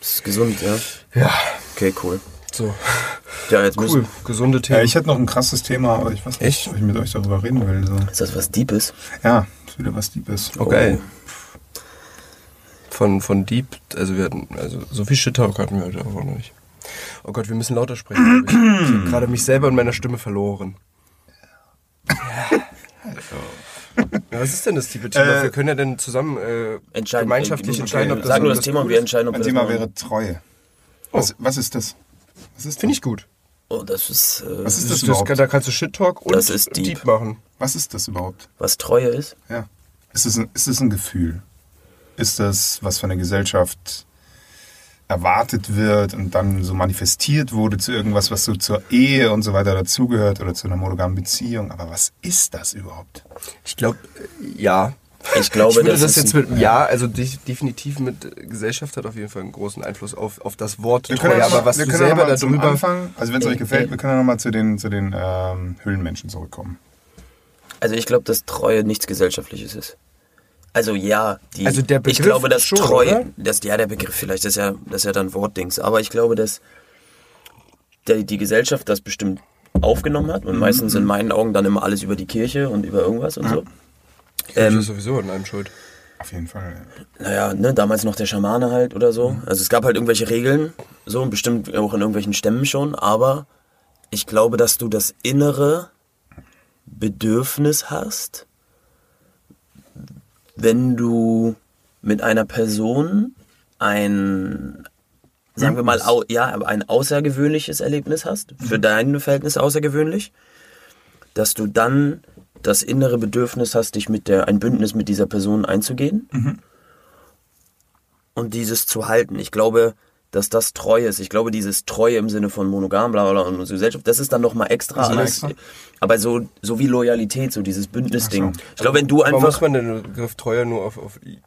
Das ist gesund, ja. Ja, Okay, cool. so. <laughs> Ja, jetzt Cool. müssen. Gesunde Ja, Themen. ich hätte noch ein krasses Thema, aber ich weiß nicht, Echt? ob ich mit euch darüber reden will. So. Ist das was Deepes? Ja, ist wieder was Liebes. Okay. Oh, Von, von Deep, also wir hatten, also so viel Shit Talk hatten wir heute auch noch nicht. Oh Gott, wir müssen lauter sprechen. glaub Ich, ich habe gerade mich selber in meiner Stimme verloren. Ja. Ja, was ist denn das tiefe Thema? Äh, wir können ja dann zusammen äh, Entscheiden, gemeinschaftlich äh, entscheiden, ob das Sag nur irgendwas das Thema und gut wir ist. entscheiden, ob Mein wir Thema das machen. wäre Treue. Was, was ist das? Was ist Finde das? Oh. ich gut. Oh, das ist. Äh, Was ist das Das das, überhaupt? kann- da kannst du Shit Talk und Das ist Deep. Deep. machen. Was ist das überhaupt? was Treue ist? Ja. Ist es ein, ist es ein Gefühl? Ist das, was von der Gesellschaft erwartet wird und dann so manifestiert wurde zu irgendwas, was so zur Ehe und so weiter dazugehört oder zu einer monogamen Beziehung? Aber was ist das überhaupt? Ich glaube, ja. Ich glaube, ich würde das das, ist jetzt ein- mit ja, also de definitiv mit äh, Gesellschaft hat auf jeden Fall einen großen Einfluss auf, auf das Wort Wir können Treue, ja noch aber mal- was wir du können ja noch selber mal zum darüber Anfang, also wenn es euch gefällt, wir können ja nochmal zu den, zu den ähm, Höhlenmenschen zurückkommen. Also ich glaube, dass Treue nichts Gesellschaftliches ist. Also ja, die, Also der ich Begriff glaube, dass schon, oder? Treue, das, ja der Begriff vielleicht, das ist ja, das ist ja dann Wortdings, aber ich glaube, dass der, die Gesellschaft das bestimmt aufgenommen hat Mhm. und meistens in meinen Augen dann immer alles über die Kirche und über irgendwas und so. ähm, Ähm, sowieso an einem schuld. Auf jeden Fall. naja, ne, damals noch der Schamane halt oder so. Also es gab halt irgendwelche Regeln, so und bestimmt auch in irgendwelchen Stämmen schon, aber ich glaube, dass du das innere Bedürfnis hast, wenn du mit einer Person ein, sagen wir mal, au, ja, aber ein außergewöhnliches Erlebnis hast, für Mhm. deine Verhältnisse außergewöhnlich, dass du dann das innere Bedürfnis hast, dich mit der, ein Bündnis mit dieser Person einzugehen Mhm. und dieses zu halten. Ich glaube, dass das Treue ist. Ich glaube, dieses Treue im Sinne von monogam, bla bla bla, und unsere Gesellschaft, das ist dann nochmal extra Ist noch alles. extra? Aber so, so wie Loyalität, so dieses Bündnisding. Ach so. Ich glaube, wenn du Aber einfach. muss man den Begriff Treue nur auf, auf i-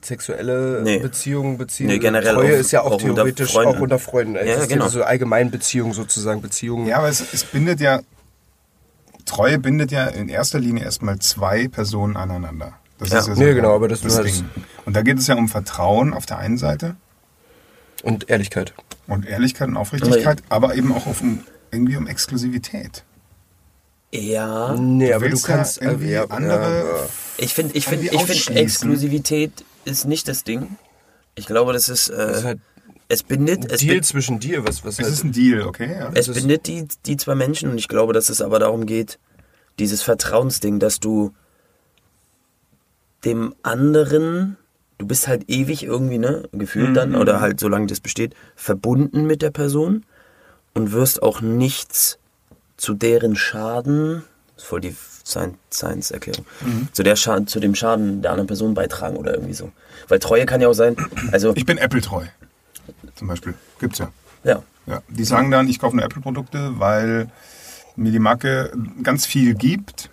sexuelle Nee. Beziehungen beziehen? Nee, generell Treue auf- ist ja auch, auch unter theoretisch Freunden. auch unter Freunden. Es ist genau. so allgemein Beziehungen sozusagen, Beziehungen. Ja, aber es, es bindet ja, Treue bindet ja in erster Linie erstmal zwei Personen aneinander. Das Ja. so Nee, genau, aber das war das- Ding. Und da geht es ja um Vertrauen auf der einen Seite Und Ehrlichkeit. und Ehrlichkeit und Aufrichtigkeit, aber eben auch auf, um, irgendwie um Exklusivität. Ja. Nee, aber du willst äh, ja kannst äh, irgendwie ja, andere- ja, Ich finde, ich Kann finde, die ich finde, ausschließen? Exklusivität ist nicht das Ding. Ich glaube, das ist, äh, Das ist halt es bindet, ein es, Deal bin, zwischen dir, was, was Es ist halt, ein Deal, okay? Ja. es ist- bindet die, die zwei Menschen und ich glaube, dass es aber darum geht, dieses Vertrauensding, dass du dem anderen, du bist halt ewig irgendwie, ne, gefühlt dann, oder halt solange das besteht, verbunden mit der Person und wirst auch nichts zu deren Schaden, das ist voll die Sci- Science-Erklärung, zu, der Schaden, zu dem Schaden der anderen Person beitragen oder irgendwie so. Weil Treue kann ja auch sein, also, Ich bin Apple treu. Zum Beispiel. Gibt's ja. ja, ja. Die sagen dann, ich kaufe nur Apple-Produkte, weil mir die Marke ganz viel gibt.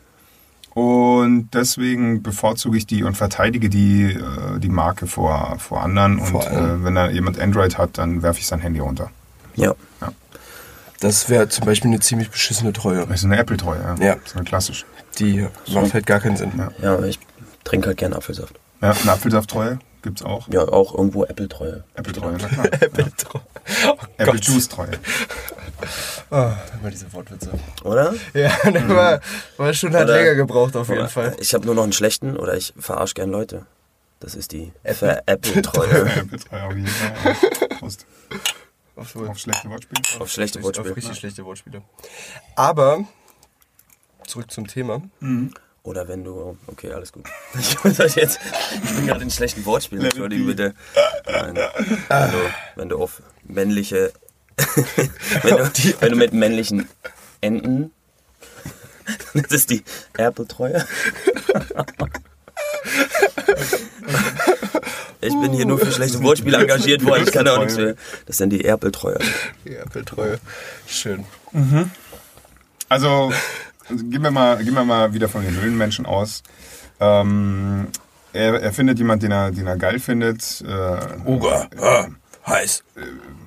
Und deswegen bevorzuge ich die und verteidige die, äh, die Marke vor, vor anderen. Vor und allem. äh, wenn da jemand Android hat, dann werfe ich sein Handy runter. ja. das wäre zum Beispiel eine ziemlich beschissene Treue. Das ist eine Apple-Treue. Ja. So eine klassische. Die macht halt gar keinen Sinn. Ja, ich trinke halt gerne Apfelsaft. Ja, eine Apfelsafttreue gibt's auch. Ja, auch irgendwo Apple-Treue. Apple-Treue, na <laughs> klar. Apple-Treu. Oh Gott. Apple-Juice-Treue. Ah, immer diese Wortwitze. Oder? Ja, der war, war schon hat Mhm. Oder- länger gebraucht auf jeden Oder- Fall. Ich habe nur noch einen schlechten oder ich verarsche gern Leute. Das ist die Apple-Treue. <laughs> Apple-Treue auf jeden Fall. Prost. Auf, Auch schlechte Wortspiele. Auf schlechte auf Wortspiele. richtig schlechte Wortspiele. Aber zurück zum Thema. Oder wenn du. Okay, alles gut. <laughs> Ich, muss das jetzt, ich bin gerade in schlechten Wortspielen, entschuldige bitte. Nein. Wenn du, wenn du auf männliche. <laughs> wenn, du, wenn du mit männlichen Enten. <laughs> Das ist die Erpeltreue. <laughs> Ich bin hier nur für schlechte Wortspiele engagiert worden. Ich kann auch nichts mehr. Das sind die Erpeltreue. Die Apple-Treue. Schön. Also, also gehen, wir mal, gehen wir mal wieder von den Höhlenmenschen aus. Ähm, er, er findet jemanden, den er, den er geil findet. Äh, Uga. Ah, heiß.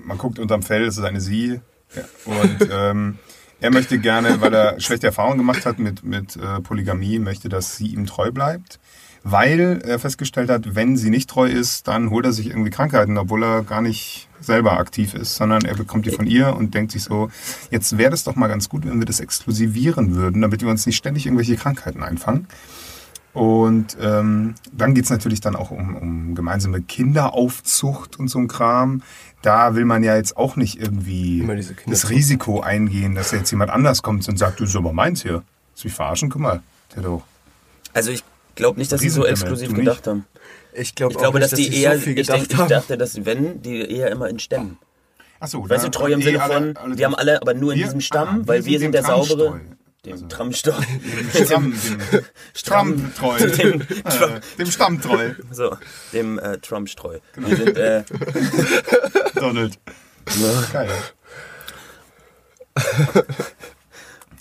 man guckt unterm Fell, es ist eine Sie. Ja. Und ähm, er möchte gerne, weil er schlechte Erfahrungen gemacht hat mit, mit äh, Polygamie, möchte, dass sie ihm treu bleibt. Weil er festgestellt hat, wenn sie nicht treu ist, dann holt er sich irgendwie Krankheiten, obwohl er gar nicht selber aktiv ist, sondern er bekommt die von ihr und denkt sich so, jetzt wäre das doch mal ganz gut, wenn wir das exklusivieren würden, damit wir uns nicht ständig irgendwelche Krankheiten einfangen. Und ähm, dann geht's natürlich dann auch um, um gemeinsame Kinderaufzucht und so ein Kram. Da will man ja jetzt auch nicht irgendwie Immer diese Kinder- das Risiko eingehen, dass jetzt jemand anders kommt und sagt, du bist aber meins hier. Willst du mich verarschen? Guck mal, der doch. Also ich glaube nicht, dass sie so Riesenkämme, exklusiv du nicht. gedacht haben. Ich, glaub Ich auch glaube, nicht, dass, die eher, so viel ich, gedacht denk, ich haben. dachte, dass wenn, die eher immer in Stämmen. Achso, Weißt du, treu im Eh Sinne von, wir <laughs> haben alle, aber nur in Wir- diesem Stamm, ah, weil wir sind der saubere, dem Dem Trammstoll. Stamm, dem Stamm treu. <laughs> Dem äh, dem Stamm treu, <laughs> So, dem äh, Trumpstreu. Wir sind, äh, Donald. Ne? Geil.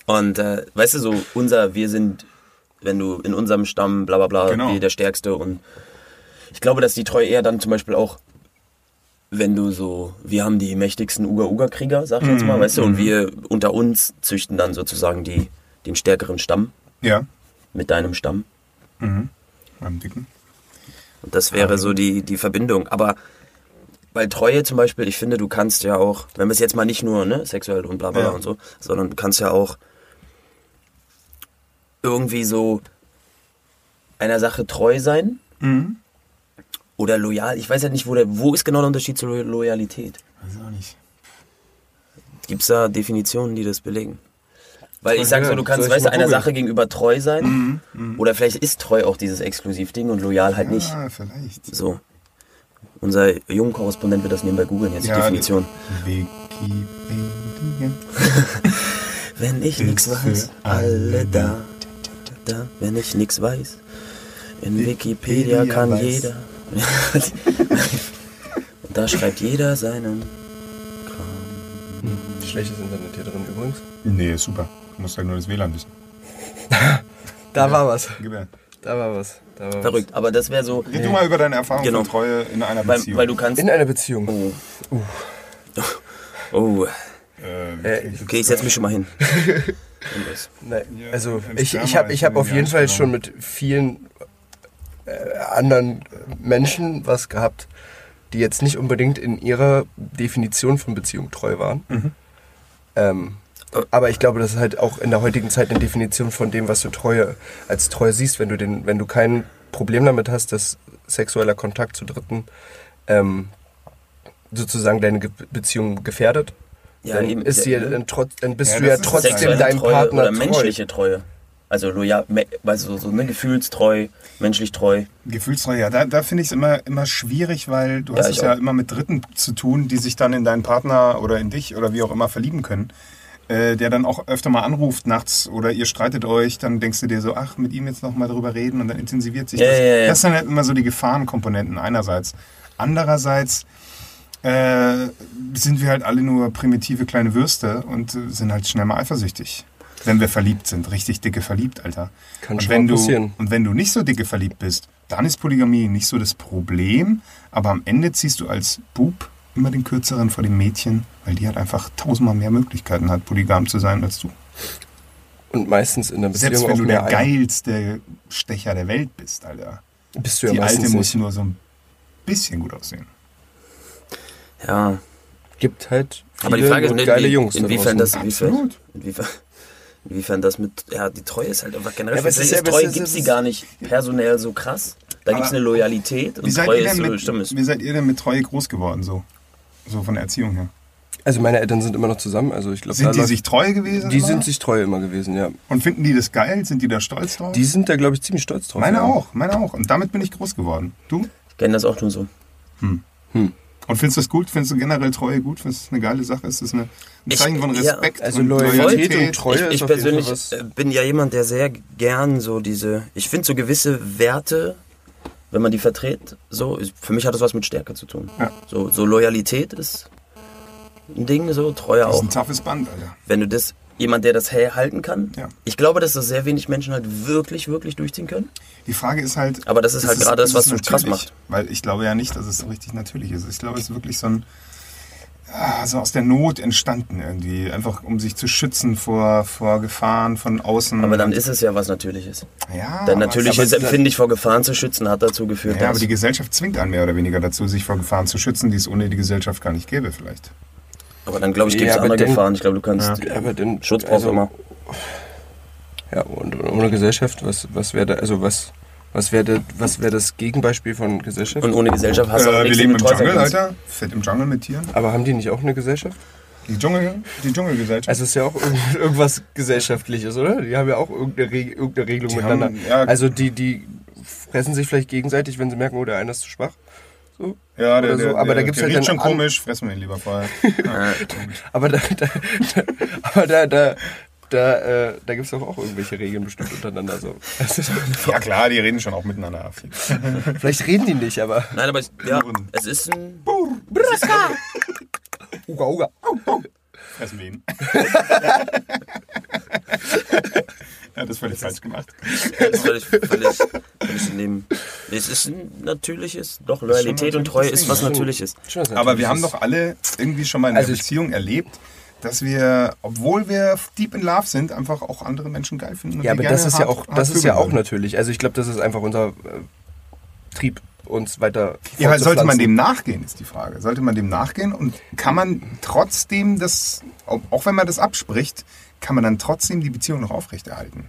und äh, weißt du, so unser, wir sind, wenn du in unserem Stamm, bla bla bla, Genau. wir der Stärkste und ich glaube, dass die Treue eher dann zum Beispiel auch, wenn du so, wir haben die mächtigsten Uga-Uga-Krieger, sag ich jetzt mal, weißt du, und wir unter uns züchten dann sozusagen die, den stärkeren Stamm Ja, mit deinem Stamm. beim Dicken. Und das wäre so die, die Verbindung. Aber bei Treue zum Beispiel, ich finde, du kannst ja auch, wenn wir es jetzt mal nicht nur ne, sexuell und bla bla Ja. und so, sondern du kannst ja auch irgendwie so einer Sache treu sein Mhm. oder loyal. Ich weiß ja nicht, wo, der, wo ist genau der Unterschied zur Lo- Loyalität? Weiß auch nicht. Gibt es da Definitionen, die das belegen? Weil ich sag so, du Soll kannst, ich weißt du, mal einer googeln? Sache gegenüber treu sein. Oder vielleicht ist treu auch dieses Exklusivding und loyal halt nicht. Ah, vielleicht. So. Unser junger Korrespondent wird das nebenbei googeln, jetzt die Definition. Wikipedia. Wenn ich nichts Ist weiß, für alle alle da. da. Wenn ich nichts weiß, in Wikipedia Wikipedia kann weiß. jeder. <laughs> Und da schreibt jeder seinen. Schlechtes Internet hier drin übrigens. Nee, ist super. Du musst halt nur das WLAN wissen. Da war was. Gib her. Da war was. Da war was. Verrückt, aber das wäre so, Red du mal über deine Erfahrung Genau. von Treue in einer weil, Beziehung. weil du kannst. In einer Beziehung. Oh. Oh, äh, ich, okay, ich setz mich schon mal hin. Nein. Ja, also wenn ich, Sperma ich habe ist, ich hab dann auf ja, jeden Fall genau. schon mit vielen äh, anderen Menschen was gehabt, die jetzt nicht unbedingt in ihrer Definition von Beziehung treu waren. Ähm, aber ich glaube, das ist halt auch in der heutigen Zeit eine Definition von dem, was du Treue als treu siehst, wenn du den, wenn du kein Problem damit hast, dass sexueller Kontakt zu Dritten ähm, sozusagen deine Ge Beziehung gefährdet. Ja, dann, eben, ist ja, dir, ne? dann, trotz, dann bist Ja, du das ja ist trotzdem sexuelle deinem Treue Partner oder treu. menschliche Treue. Also loyal, me- weißt du, so, so ne, gefühlstreu, menschlich treu. Gefühlstreue, ja, da, da finde ich es immer, immer schwierig, weil du hast ich es ja auch. immer mit Dritten zu tun, die sich dann in deinen Partner oder in dich oder wie auch immer verlieben können. Äh, der dann auch öfter mal anruft nachts oder ihr streitet euch, dann denkst du dir so, ach, mit ihm jetzt nochmal drüber reden und dann intensiviert sich Ja, das. ja, ja. Das sind halt immer so die Gefahrenkomponenten einerseits. Andererseits äh, sind wir halt alle nur primitive kleine Würste und äh, sind halt schnell mal eifersüchtig. Wenn wir verliebt sind, richtig dicke verliebt, Alter. Kann und schon wenn mal du, passieren. Und wenn du nicht so dicke verliebt bist, dann ist Polygamie nicht so das Problem, aber am Ende ziehst du als Bub immer den Kürzeren vor dem Mädchen, weil die halt einfach tausendmal mehr Möglichkeiten hat, polygam zu sein als du. Und meistens in einer Beziehung Selbst wenn auch du der mehr Eier. geilste Stecher der Welt bist, Alter. Bist du ja die meistens Alte muss nicht. nur so ein bisschen gut aussehen. Ja, Gibt halt viele aber die Frage ist, nur in, geile Jungs. da inwiefern das, draußen. inwiefern, Absolut. inwiefern, inwiefern das mit, ja, die Treue ist halt einfach generell. Ja, aber es Vielleicht ist ja- ist Treue es ist- gibt es sie ist- gar nicht personell so krass. Da gibt es Aber eine Loyalität Wie und seid, Treue ihr ist denn so, mit, stimmt. wie seid ihr denn mit Treue groß geworden, so? So von der Erziehung her. Also meine Eltern sind immer noch zusammen, also ich glaube, Sind die läuft- sich treu gewesen? die immer? sind sich treu immer gewesen, ja. Und finden die das geil? Sind die da stolz drauf? Die sind da glaube ich ziemlich stolz drauf. meine ja. auch, meine auch. Und damit bin ich groß geworden. Du? Ich kenne das auch nur so. Und findest du das gut? Findest du generell Treue gut? Findest du das eine geile Sache? Ist das eine, ein Ich- Zeichen von ja, Respekt also und Loyalität Loyalität? und Treue ich, ist ich auf jeden persönlich Fall was- äh, bin ja jemand, der sehr gern so diese, ich finde so gewisse Werte, wenn man die vertritt, so, ich- für mich hat das was mit Stärke zu tun. Ja. So, so Loyalität ist ein Ding, so Treue Das ist auch. ein toughes Band, Alter. Wenn du das, jemand, der das hell halten kann, Ja. ich glaube, dass das sehr wenig Menschen halt wirklich, wirklich durchziehen können. Die Frage ist halt. Aber das ist halt gerade das, was es so krass natürlich? macht. Weil ich glaube ja nicht, dass es so richtig natürlich ist. Ich glaube, es ist wirklich so ein. ah, So aus der Not entstanden irgendwie. Einfach um sich zu schützen vor, vor Gefahren von außen. Aber dann ist es ja was Natürliches. ja, aber- Denn Mhm. Ah, aber natürliches es ist Empfinden, dich vor Gefahren zu schützen, hat dazu geführt, Ja, aber dass... die Gesellschaft zwingt einen mehr oder weniger dazu, sich vor Gefahren zu schützen, die es ohne die Gesellschaft gar nicht gäbe, vielleicht. aber dann, glaube ich, Ja, gibt es aber andere dann- Gefahren. Ich glaube, du kannst... ähm, Ja, aber dann also, Schutz also- brauchst du immer. Ja, und ohne Gesellschaft, was was wäre da also was was wäre da, was wäre das Gegenbeispiel von Gesellschaft? Und ohne Gesellschaft hast du auch Äh, wir nichts, leben dem im du treu sein Dschungel, kannst. Alter. Fett im Dschungel mit Tieren. aber haben die nicht auch eine Gesellschaft? Die, Dschungel, die Dschungelgesellschaft. Also ist ja auch irgend- <laughs> irgendwas Gesellschaftliches, oder? Die haben ja auch irgendeine, Reg irgendeine Regelung Die miteinander. haben- ja. Also die, die fressen sich vielleicht gegenseitig, wenn sie merken, oh, der eine ist zu schwach. So. ja, oder so, aber da gibt's der halt riecht dann schon an- komisch, fressen wir ihn lieber <laughs> vorher. Aber da, <laughs> da, da, aber da, da, da, äh, da gibt es auch, auch irgendwelche Regeln bestimmt untereinander. So. Also, <laughs> ja klar, die reden schon auch miteinander. ab. vielleicht reden die nicht, aber. Nein, aber es- ja, es ist ein. <laughs> Uga, uga. Au, au. Fressen wir <laughs> ihn. ja, das völlig falsch gemacht. Das ist völlig, völlig, völlig daneben. Es ist ein natürliches. Doch, Loyalität und Treue ist was Ding, ja. Natürliches. Schon was Aber wir Natürliches. haben doch alle irgendwie schon mal in einer Also ich- Beziehung erlebt, dass wir, obwohl wir deep in love sind, einfach auch andere Menschen geil finden. und Ja, die aber gerne das ist ja hart- auch, hart das ist ja vögeln auch würden. natürlich. Also ich glaube, das ist einfach unser äh, Trieb, uns weiter. Ja, aber sollte man fortzupflanzen. dem nachgehen, ist die Frage. Sollte man dem nachgehen und kann man trotzdem das, ob- auch wenn man das abspricht, kann man dann trotzdem die Beziehung noch aufrechterhalten?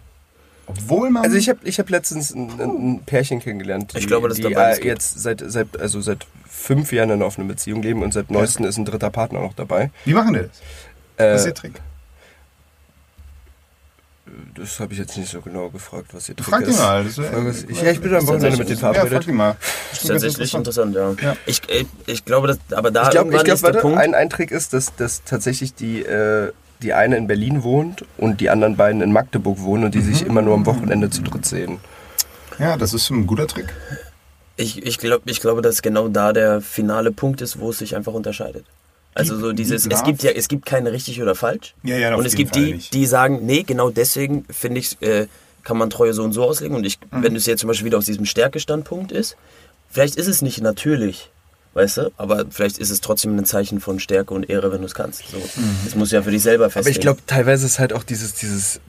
Obwohl man. Also ich habe ich hab letztens ein, ein ein Pärchen kennengelernt. Ich glaube, dass die, da beides äh, geht. jetzt seit, seit, also seit fünf Jahren in einer offenen Beziehung leben und seit neuestem ist ein dritter Partner noch dabei. wie machen die das? Äh, Was ist der Trick? das habe ich jetzt nicht so genau gefragt, was ihr Trick Frag die ist. mal. Das Frag es- ich, ja, ich bin am Wochenende mit dem ja, frag verabredet. die mal. Ist tatsächlich interessant, ja. Ja. Ich, ich, ich glaube, dass, aber da ich glaube, irgendwann ich glaub, ist der warte, Punkt. ein, ein Trick ist, dass, dass tatsächlich die, äh, die eine in Berlin wohnt und die anderen beiden in Magdeburg wohnen und die Mhm. sich immer nur am Wochenende zu dritt sehen. Ja, das ist ein guter Trick. ich, ich, glaub, ich glaube, dass genau da der finale Punkt ist, wo es sich einfach unterscheidet. Also so dieses, Deep es Love. gibt ja, es gibt keine richtig oder falsch. Ja, ja, auf Und es jeden gibt Fall die, nicht. die sagen, nee, genau deswegen finde ich, äh, kann man Treue so und so auslegen. Und ich, Mhm. wenn es jetzt zum Beispiel wieder aus diesem Stärkestandpunkt ist, vielleicht ist es nicht natürlich, weißt du, aber vielleicht ist es trotzdem ein Zeichen von Stärke und Ehre, wenn du es kannst. So, Mhm. das musst du ja für dich selber festlegen. Aber ich glaube, teilweise ist halt auch dieses, dieses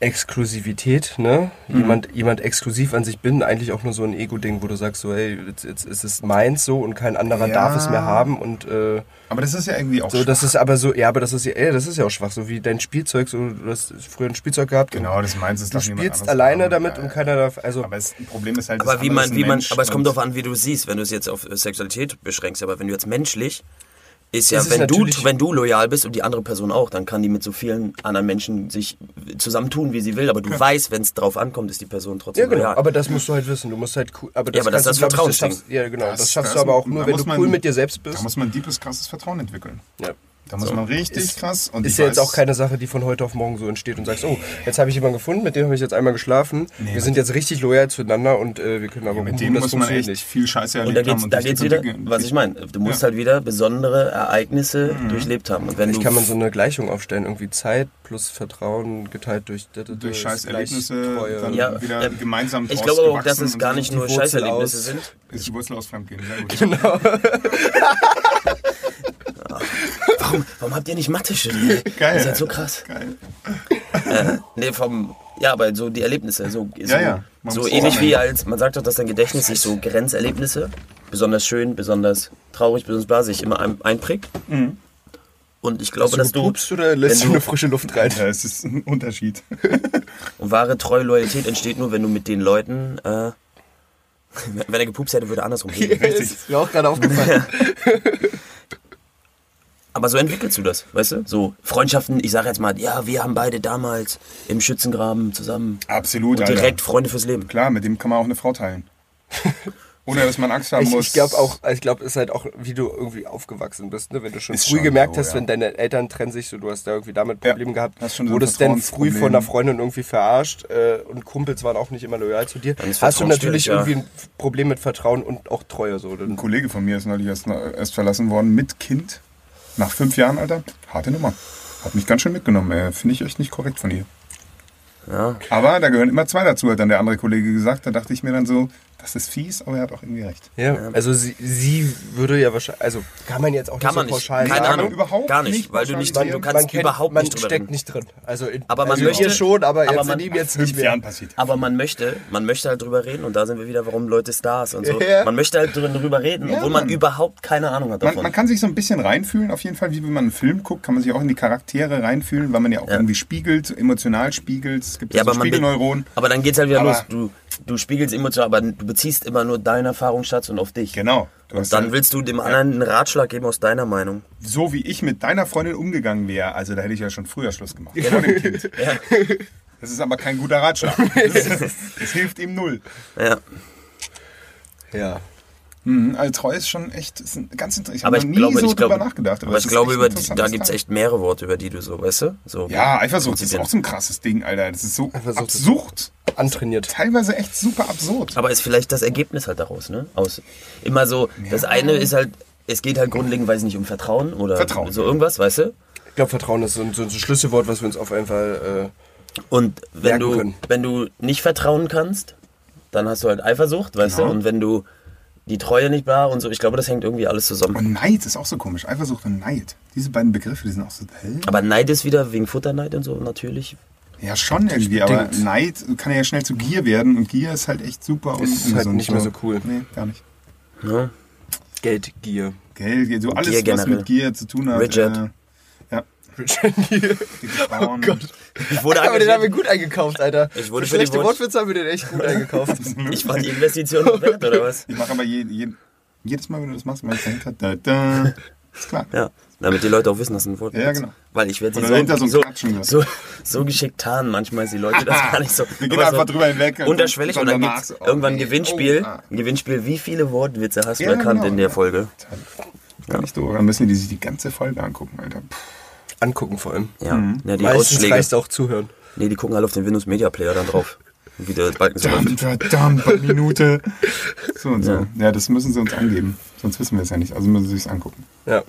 Exklusivität, ne? Mhm. Jemand, jemand exklusiv an sich bin, eigentlich auch nur so ein Ego-Ding, wo du sagst, so, hey, jetzt, jetzt ist es meins so und kein anderer Ja. darf es mehr haben und äh, Aber das ist ja irgendwie auch. so, das ist aber so, ja, aber das ist ja, ey, das ist ja auch schwach, so wie dein Spielzeug, so, du hast früher ein Spielzeug gehabt. genau, das meins ist Du darf niemand spielst anderes alleine haben. damit Ja, und ja. keiner darf, also, Aber das Problem ist halt, das aber wie andere ist man, ein wie man, Mensch aber es kommt und- darauf an, wie du es siehst. Wenn du es jetzt auf äh, Sexualität beschränkst, aber wenn du jetzt menschlich ist ja, Es ist wenn du, natürlich- wenn du loyal bist und die andere Person auch, dann kann die mit so vielen anderen Menschen sich zusammentun, wie sie will. Aber du weißt, wenn es drauf ankommt, ist die Person trotzdem ja, genau, loyal. aber das musst du halt wissen, du musst halt cool, aber das, aber das kannst ist das du, glaub ich, Vertrauensding. schaffst, ja, genau, das, Das- schaffst du das- aber auch nur, da wenn muss du man- cool mit dir selbst Da bist. muss man deepes, krasses Vertrauen entwickeln. Ja. Da muss man richtig krass. Und ist ich ja jetzt weiß- auch keine Sache, die von heute auf morgen so entsteht und sagst, oh, jetzt habe ich jemanden gefunden, mit dem habe ich jetzt einmal geschlafen. wir sind jetzt richtig loyal zueinander und äh, wir können aber Mit rumheben, dem das muss man funktioniert echt viel Scheiße und erlebt da geht's, haben. da geht's wieder, was ich meine. Du musst Ja. halt wieder besondere Ereignisse durchlebt haben. Und wenn Mhm. Vielleicht du kann man so eine Gleichung aufstellen, irgendwie Zeit plus Vertrauen geteilt durch Durch ist gleich Scheißerlebnisse Treue. dann <laughs> Ja, wieder ähm, gemeinsam ich draus glaube auch, dass gewachsen es und gar so. nicht Die nur Wurzel Scheißerlebnisse aus. sind. Ist die Wurzel aus Fremdgehen, sehr <laughs> gut. Genau. Warum, warum habt ihr nicht Mathe studiert? Geil. <laughs> Das ist halt so krass. Geil. äh, nee, vom, ja, aber so die Erlebnisse. So, so, Ja, ja, man so muss ähnlich auch wie als, man sagt doch, dass dein Gedächtnis sich so Grenzerlebnisse, besonders schön, besonders traurig, besonders bla, sich immer ein, einprägt. Mhm. Und ich glaube, Hast du dass du, gepupst oder lässt wenn du du- eine frische Luft <laughs> rein? Ja, es ist ein Unterschied. und wahre treue Loyalität entsteht nur, wenn du mit den Leuten, äh, <laughs> wenn er gepupst hätte, würde er andersrum <laughs> gehen. Ist mir auch gerade aufgefallen. Aber so entwickelst du das, weißt du? So Freundschaften, ich sage jetzt mal, ja, wir haben beide damals im Schützengraben zusammen Absolut, und Alter. direkt Freunde fürs Leben. Klar, mit dem kann man auch eine Frau <laughs> teilen. Ohne, dass man Angst haben Ich, muss. ich glaube auch, ich glaube, es ist halt auch, wie du irgendwie aufgewachsen bist, ne? Wenn du schon Ist früh schon gemerkt so, hast, ja. wenn deine Eltern trennen sich, so du hast da irgendwie damit Ja, Probleme gehabt, hast schon so ein wurdest dann früh Vertrauensproblem. von einer Freundin irgendwie verarscht äh, und Kumpels waren auch nicht immer loyal zu dir. ist Hast du Vertrauen natürlich schwierig, irgendwie ein Problem mit Vertrauen und auch Treue so. Dann Ein Kollege von mir ist neulich erst, erst verlassen worden mit Kind. Nach fünf Jahren, Alter. Harte Nummer. Hat mich ganz schön mitgenommen. ey. Finde ich echt nicht korrekt von ihr. Ja. Aber da gehören immer zwei dazu, hat dann der andere Kollege gesagt. Da dachte ich mir dann so, das ist fies, aber er hat auch irgendwie recht. Ja, also sie, sie würde ja wahrscheinlich, also kann man jetzt auch nicht Kann so man nicht. pauschal Keine sagen. Ahnung. überhaupt gar nicht, nicht weil du nicht pauschal drin, du sagen. kannst man kennt- überhaupt man nicht drüber steckt reden. nicht drin. Also in, Aber man also möchte- ihr schon, aber, aber jetzt man- in ihm jetzt nicht Fünf mehr. Jahren passiert. Aber man möchte, man möchte halt drüber reden und da sind wir wieder, warum Leute Stars und so. Ja. Man möchte halt drin- drüber reden, obwohl man Mann. überhaupt keine Ahnung hat Man, davon. man kann sich so ein bisschen reinfühlen, auf jeden Fall, wie wenn man einen Film guckt, kann man sich auch in die Charaktere reinfühlen, weil man ja auch irgendwie spiegelt, so emotional spiegelt. Es gibt ja, so man be- Spiegelneuronen. aber dann geht's halt wieder Aber- los. Du, du spiegelst emotional, aber du beziehst immer nur deinen Erfahrungsschatz und auf dich. Genau. Du hast Und dann willst du dem anderen einen Ratschlag geben aus deiner Meinung. so wie ich mit deiner Freundin umgegangen wäre, also da hätte ich ja schon früher Schluss <laughs> gemacht. Vor dem Kind. Das ist aber kein guter Ratschlag. Das, das hilft ihm null. Ja. Ja. Mhm, also treu ist schon echt ist ein ganz interessant. Aber hab ich noch glaube, nie so ich drüber glaube, nachgedacht. aber es ich ist glaube, echt über ein die, da interessantes gibt's Teil. echt mehrere Worte, über die du so, weißt du? So, Ja, Eifersucht ist Prinzipien. auch so ein krasses Ding, Alter. Das ist so Eifersucht ist- absurd. Antrainiert. Teilweise echt super absurd. Aber ist vielleicht das Ergebnis halt daraus, ne? Aus immer so, das eine ist halt, es geht halt grundlegend, weiß ich nicht, um Vertrauen oder Vertrauen. so irgendwas, weißt du? Ich glaube, Vertrauen ist so ein, so ein Schlüsselwort, was wir uns auf jeden Fall. äh, Und wenn Merken du, können. wenn du nicht vertrauen kannst, dann hast du halt Eifersucht, weißt Genau. du? Und wenn du die Treue nicht war und so, ich glaube, das hängt irgendwie alles zusammen. Und Neid ist auch so komisch. Eifersucht und Neid. Diese beiden Begriffe, die sind auch so. Hä? Aber Neid ist wieder wegen Futterneid und so, natürlich. Ja, schon irgendwie, aber Neid kann ja schnell zu Gier werden und Gier ist halt echt super und Ist halt nicht mehr so cool. Nee, gar nicht. Ja. Äh, Geldgier. Geld, so alles, Gier was generell. mit Gier zu tun hat. Richard. Äh, ja, Richard Gere. die Frauen. Ich <laughs> <laughs> wurde Aber den haben wir engagiert. gut eingekauft, Alter. Ich wurde Für für den schlechte Wort- Wortwitze haben wir den echt <laughs> gut eingekauft. Ich war die Investition noch wert, oder was? Ich mache aber je, je, jedes Mal, wenn du das machst, wenn ich dahinter, da, da, ist klar. Ja, damit die Leute auch wissen, dass ein Wort Ja, ja, ist. genau. Weil ich werde Oder sie dahinter so so, ein so, Klatschen hörst. so, so geschickt tarnen. Manchmal ist die Leute das <laughs> gar nicht so. Wir gehen Aber einfach drüber hinweg und- Unterschwellig und und dann danach gibt's so, oh, irgendwann ein nee, Gewinnspiel. oh, ah. Ein Gewinnspiel, wie viele Wortwitze hast du Ja, erkannt genau, in der ja. Folge? Gar nicht doof. Dann müssen die sich die ganze Folge angucken, Alter. Puh, Angucken vor allem. Ja, Mhm. ja die Meistens Ausschläge. reicht auch zuhören. Nee, die gucken alle auf den Windows Media Player dann <laughs> drauf. Wie der Balken so läuft. verdammt, per Minute. So und so. Ja. das müssen sie uns angeben. Sonst wissen wir es ja nicht. Also müssen sie sich angucken. Ja.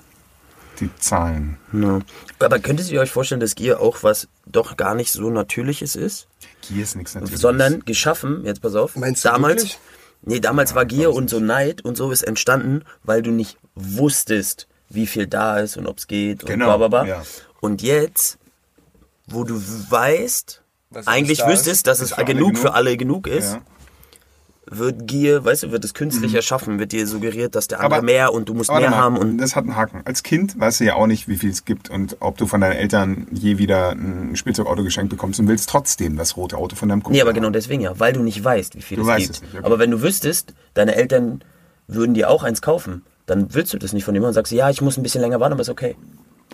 Die Zahlen. Ja. Aber könntet ihr euch vorstellen, dass Gier auch was doch gar nicht so Natürliches ist? Gier ist nichts natürlich. sondern geschaffen, jetzt pass auf, Meinst du damals, wirklich? nee, damals war Gier und so Neid und so ist entstanden, weil du nicht wusstest, wie viel da ist und ob es geht und Genau, bla bla bla. ja. Und jetzt, wo du weißt, Was eigentlich da ist, wüsstest, dass es für alle genug, für genug. alle genug ist, Ja. Mhm. wird Gier, weißt du, wird es künstlich erschaffen, wird dir suggeriert, dass der andere Aber- mehr und du musst Warte mehr mal, haben und das hat einen Haken. Als Kind weißt du ja auch nicht, wie viel es gibt und ob du von deinen Eltern je wieder ein Spielzeugauto geschenkt bekommst und willst trotzdem das rote Auto von deinem Kumpel. Nee, aber genau haben. deswegen ja, weil du nicht weißt, wie viel es weißt gibt. es nicht, okay. Aber wenn du wüsstest, deine Eltern würden dir auch eins kaufen, dann willst du das nicht von jemandem und sagst, ja, ich muss ein bisschen länger warten, aber ist okay.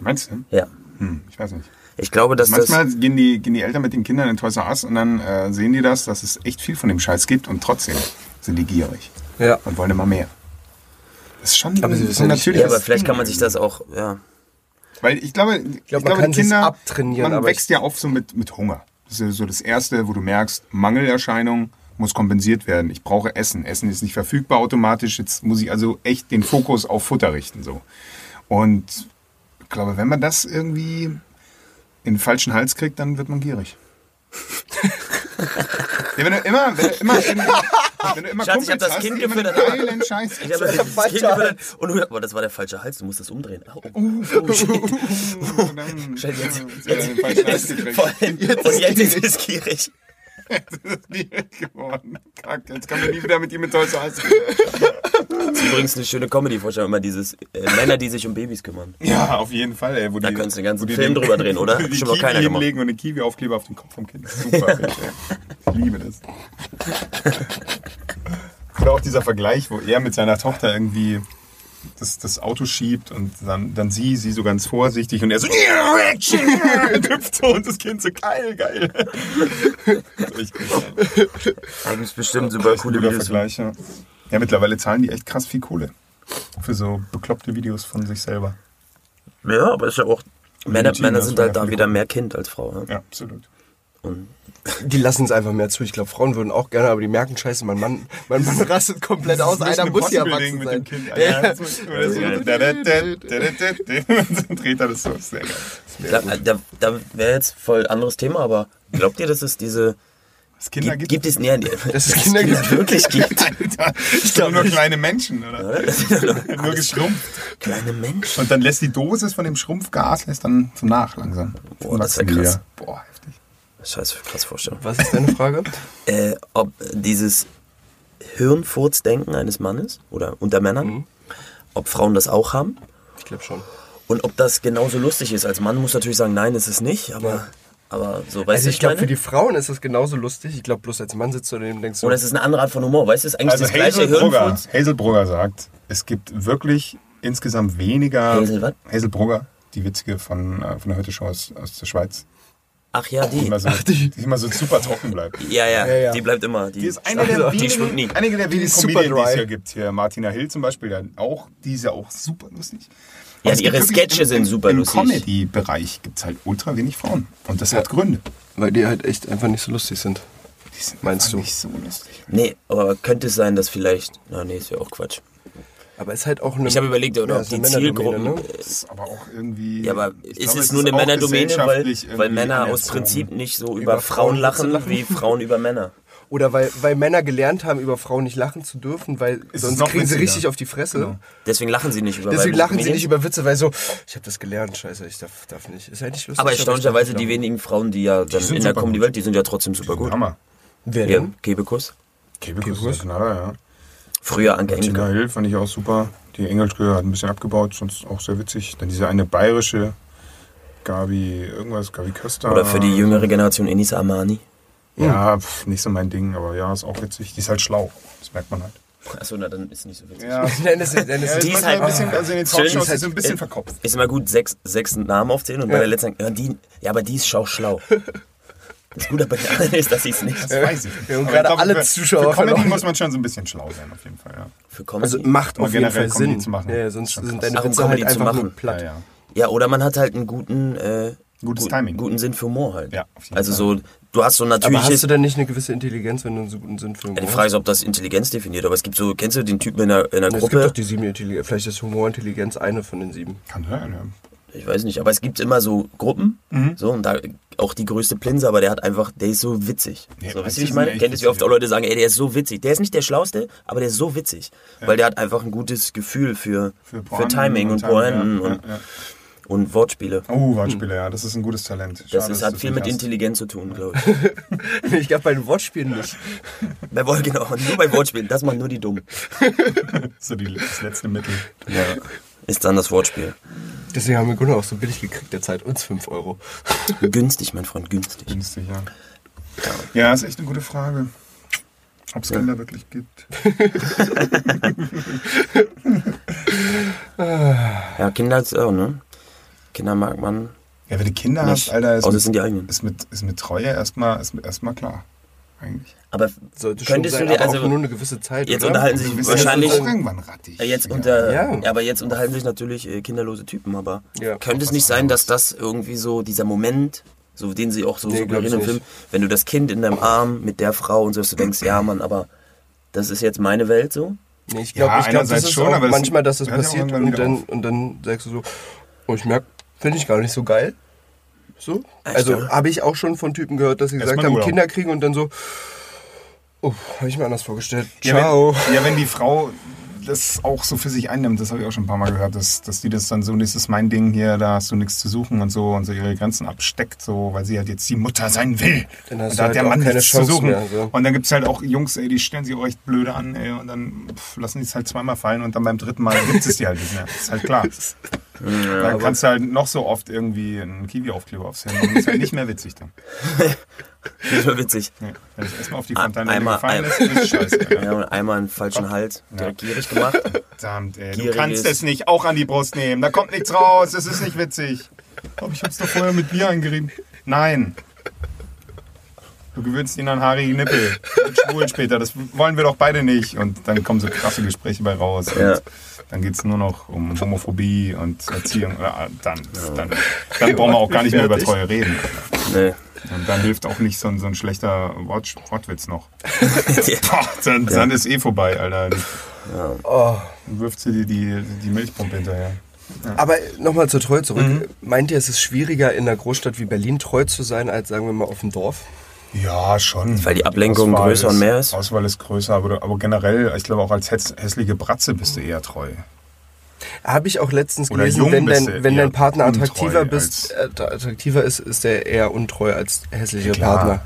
Meinst du? Ja. Hm, ich weiß nicht. Ich glaube, dass Manchmal gehen die, gehen die Eltern mit den Kindern in Toys R Us und dann äh, sehen die das, dass es echt viel von dem Scheiß gibt und trotzdem sind die gierig Ja. und wollen immer mehr. Das ist schon Aber sie ein wissen ja nicht- das. natürliches Ja, aber vielleicht Ding kann man sich das irgendwie. auch. Ja. Weil ich glaube, ich glaub, glaube, man kann die sich's Kinder abtrainieren, Man aber wächst ja auf so mit, mit Hunger. Das ist ja so das Erste, wo du merkst, Mangelerscheinung muss kompensiert werden. Ich brauche Essen. Essen ist nicht verfügbar automatisch. Jetzt muss ich also echt den Fokus auf Futter richten. So. Und ich glaube, wenn man das irgendwie in den falschen Hals <laughs> kriegt, dann wird man gierig. ja, wenn du immer, wenn du immer, irgendwie- Wenn du immer Schatz, ich Kumpels hab das hast, Kind die immer gefüttert. einen geilen Scheiß. Ich habe das der falsche Kind gefüttert und du, aber das war der falsche Hals, du musst das umdrehen. Au. Um <laughs> oh, shit. Shit, jetzt, jetzt, Falsch jetzt, gekriegt. vor allem, und jetzt ist es gierig. Direkt geworden. Kack, jetzt kann man nie wieder mit ihm mit Deutsch heißen. Das ist übrigens eine schöne Comedy-Vorstellung, immer dieses äh, Männer, die sich um Babys kümmern. Ja, auf jeden Fall, ey. Wo Da die, könntest du einen ganzen wo die Film den- drüber drehen, oder? <laughs> wo Die Schon mal Kiwi keiner gemacht. hinlegen und den Kiwi-Aufkleber auf den Kopf vom Kind. <laughs> Super, Bild, ey. Ich liebe das. Oder auch dieser Vergleich, wo er mit seiner Tochter irgendwie das, das Auto schiebt und dann, dann sie, sie so ganz vorsichtig und er so "Ja, Action!" <laughs> und hüpft so und das Kind so geil, geil. Das ist echt gut, ey. Da gibt's bestimmt super coole Guter Videos. ne? Vergleich, ja. ja, mittlerweile zahlen die echt krass viel Kohle für so bekloppte Videos von sich selber. Ja, aber ist ja auch. Männer, Team, Männer das sind war halt ja da viel wieder mehr Kind als Frau. Ne? Ja, absolut. Und Die lassen es einfach mehr zu. Ich glaube, Frauen würden auch gerne, aber die merken, scheiße, mein Mann, mein <laughs> Mann rastet komplett aus. Das ist Einer muss ja Impossible-Ding erwachsen mit dem sein. Kind. Ja, das ist- oder so. Also, Ja. Da, da, da, da, da, da. Dann <laughs> dreht er das so. Sehr geil. da da, da wäre jetzt voll anderes Thema, aber glaubt ihr, dass es diese. Das Kinder Gibt, gibt, gibt <laughs> es. Nee, nee, Dass es Kinder gibt. wirklich gibt. <laughs> Alter, das sind nur kleine Menschen, oder? Oder? Das sind doch <laughs> Nur geschrumpft. kleine Menschen. Und dann lässt die Dosis von dem Schrumpfgas lässt dann so nach langsam. Boah, das wär Wachsen die krass. wieder. Boah, heftig. Scheiße, krass Vorstellung. Was ist deine Frage? Äh, ob dieses Hirnfurzdenken eines Mannes oder unter Männern, ob Frauen das auch haben Ich glaube schon. und ob das genauso lustig ist. Als Mann muss natürlich sagen, nein, ist es nicht, aber, aber so, weißt Also du, ich glaube, meine? für die Frauen ist das genauso lustig. Ich glaube, bloß als Mann sitzt du daneben und denkst so, Oder es ist eine andere Art von Humor, weißt du, es ist eigentlich Also das gleiche Hazel Brugger, Hirnfurz. Hazel Brugger sagt, es gibt wirklich insgesamt weniger... Hazel was? Hazel Brugger, die Witzige von, äh, von der Heute-Show aus, aus der Schweiz. Ach ja, Die die. immer so, die. immer so super trocken <laughs> bleibt. Ja, ja, ja. die bleibt immer. Die, Die ist eine der <laughs> die schwimmt nie. wenigen, einige der wenigen super Comedien, die es dry. hier gibt. Hier Martina Hill zum Beispiel, dann auch, die ist ja auch super lustig. Ja, Und es ihre gibt wirklich Sketche sind super im, im lustig. Im Comedy-Bereich gibt es halt ultra wenig Frauen. Und das hat Gründe. weil die halt echt einfach nicht so lustig sind. Die sind Meinst einfach du? nicht so lustig. Nee, aber könnte es sein, dass vielleicht. Na, nee, ist ja auch Quatsch. Aber es ist halt auch eine. Ich habe überlegt, oder ob ist eine die Männerdomäne, Zielgruppen. Äh, ne? Das ist aber auch irgendwie. Ja, aber ich ist glaube, es nur eine auch Männerdomäne, weil, gesellschaftlich weil irgendwie Männer aus anerzogen. Prinzip nicht so über, Über Frauen Frauen lachen, zu lachen. wie Frauen über Männer. Oder weil, weil Männer gelernt haben, über Frauen nicht lachen zu dürfen, weil es sonst noch kriegen sie witziger. Genau. richtig auf die Fresse. Deswegen lachen sie nicht über Deswegen weibliche lachen sie Medien. nicht über Witze, weil so, ich habe das gelernt, scheiße, ich darf, darf nicht. Ist halt nicht lustig. Aber erstaunlicherweise ich darf die nicht lachen. wenigen Frauen, die ja dann sind in der super Comedy-Welt, die sind ja trotzdem super gut. Hammer. Wer Ja, denn? Kebekus. Kebekus ist der Knaller, ja. Früher Anke Tina Engelke. Hill fand ich auch super. Die Engelschke hat ein bisschen abgebaut, sonst auch sehr witzig. Dann diese eine bayerische Gabi, irgendwas, Gabi Köster. Oder für die jüngere Generation Enis Amani. Ja, pf, nicht so mein Ding, aber ja, ist auch witzig. Die ist halt schlau. Das merkt man halt. Achso, na dann ist nicht so witzig. Ja, <laughs> Nein, das ist, nein, das Die ist, ist halt- also in den Schön, Talkshows ist halt- ist sie ein bisschen verkopft. Ist immer gut, sechs, sechs Namen aufzählen und bei der letzten ja, die, ja, aber die ist schau schlau. Das Gute bei der anderen ist, dass sie es nicht Das weiß ich. Ja, und Aber gerade ich glaube, alle für- Zuschauer Für Comedy verloren. muss man schon so ein bisschen schlau sein, auf jeden Fall, ja. für Comedy. also macht Aber auf jeden generell Fall Comedy Sinn. zu machen, Ja, ja, ist sonst schon sind krass. deine Ach, um Witze halt Comedy zu einfach nur machen. platt. ja, ja. Ja, oder man hat halt einen guten, äh, Gutes gut- Timing. guten Sinn für Humor halt. Ja, auf jeden also Fall. so, du hast so natürlich. Aber hast du denn nicht eine gewisse Intelligenz, wenn du einen so guten Sinn für Humor ja, die hast? Frage ist, ob das Intelligenz definiert, aber es gibt so, kennst du den Typen in der, in der Es gibt Gruppe? doch die sieben Intelligenz. Vielleicht ist Humorintelligenz eine von den sieben. <laughs> Kann sein, ja. Ich weiß nicht, aber es gibt immer so Gruppen, so und da auch die größte Plinse, aber der hat einfach, der ist so witzig. Nee, so, weißt manche du, wie ich sind meine? echt Kennt es, wie oft witzig. auch Leute sagen, ey, der ist so witzig. Der ist nicht der Schlauste, aber der ist so witzig. Weil der hat einfach ein gutes Gefühl für, für, Pointen Timing und Pointen ja, und, ja, ja. und Wortspiele. Oh, Wortspieler, ja, das ist ein gutes Talent. Schade, Das dass ist, du hat viel nicht mit hast. Intelligenz zu tun, glaube ich. Ich glaube, bei den Wortspielen nicht. bei Wort, genau, nur bei Wortspielen. Das machen nur die Dummen. So die, das letzte Mittel. Hm. Ist dann das Wortspiel. Deswegen haben wir Gunnar auch so billig gekriegt, der zahlt uns 5 Euro. Günstig, mein Freund, günstig. Günstig, ja. Ja, ist echt eine gute Frage. Ob es Kinder wirklich gibt. Ja, Kinder ist auch, ne? Kinder mag man. Ja, wenn du Kinder hast, Nicht. Alter, ist Außer mit, es sind die eigenen. Ist mit, ist mit Treue erstmal, ist mit- erstmal klar. Eigentlich. Aber Sollte schon könntest sein, du dir, aber also, auch nur eine gewisse Zeit, jetzt oder? unterhalten Also Du sich bist Also wahrscheinlich, ja auch irgendwann rattig. Ja, Äh, Jetzt Digga. unter, Ja. aber jetzt unterhalten sich natürlich äh, kinderlose Typen, aber Ja. könnte es nicht sein, dass das irgendwie so dieser Moment, so den sie auch so Nee, suggerieren im glaub ich Film, wenn du das Kind in deinem Arm mit der Frau und so, dass du denkst, ja Mann, aber das ist jetzt meine Welt so. Nee, ich glaube, Ja, ich glaub, das einerseits ist schon, auch aber das manchmal, dass das hört ja auch passiert irgendwann und wieder dann, auf. und dann sagst du so, oh, ich merke, finde ich gar nicht so geil. So. Echt, also oder? habe ich auch schon von Typen gehört, dass sie gesagt Erstmal haben, Urlaub. Kinder kriegen und dann so, Oh, habe ich mir anders vorgestellt. Ja, Ciao. Wenn, ja, wenn die Frau das auch so für sich einnimmt, das habe ich auch schon ein paar Mal gehört, dass, dass die das dann so, das ist mein Ding hier, da hast du nichts zu suchen und so und so ihre Grenzen absteckt, so, weil sie halt jetzt die Mutter sein will. Dann und hast da du halt hat der auch Mann keine nichts Chance zu suchen. mehr, so. Und dann gibt es halt auch Jungs, ey, die stellen sich auch echt blöde an, ey, und dann pff, lassen die es halt zweimal fallen und dann beim dritten Mal gibt es die halt nicht mehr. Ist halt <laughs> klar. dann <laughs> kannst du halt noch so oft irgendwie einen Kiwi-Aufkleber aufs Handy machen. Das ist halt nicht mehr witzig dann. Das war witzig. Nee, wenn es erstmal auf die Ein- Fontaine einmal- gefallen ein- ist, ist es scheiße. Ja. <laughs> Ja, und einmal einen falschen Hals, direkt gierig gemacht. Verdammt, ey, du Gieriges- kannst es nicht auch an die Brust nehmen. Da kommt nichts raus, es ist nicht witzig. Aber ich hab's doch vorher mit Bier eingerieben. Nein. Du gewöhnst ihn an haarige Nippel. Und schwul später, das wollen wir doch beide nicht. Und dann kommen so krasse Gespräche bei raus. Ja. Und dann geht's nur noch um Homophobie und Erziehung. Ja, Dann, dann, dann brauchen wir auch gar nicht mehr über Treue reden. Nee. Und dann hilft auch nicht so ein, so ein schlechter Wort, Wortwitz noch. <laughs> Boah, dann, dann ist eh vorbei, Alter. Oh. Dann wirft sie dir die, die Milchpumpe hinterher. Aber nochmal zur Treue zurück. Mhm. Meint ihr, es ist schwieriger, in einer Großstadt wie Berlin treu zu sein, als sagen wir mal auf dem Dorf? Ja, schon. Weil die Ablenkung größer und mehr ist? Auswahl ist größer, aber, du- aber generell, ich glaube auch als häss, hässliche Bratze bist du eher treu. Habe ich auch letztens Oder gelesen, jung wenn bist dein, du wenn eher dein Partner untreu attraktiver, als- bist, äh, attraktiver ist, ist der eher untreu als hässlicher Klar. Partner.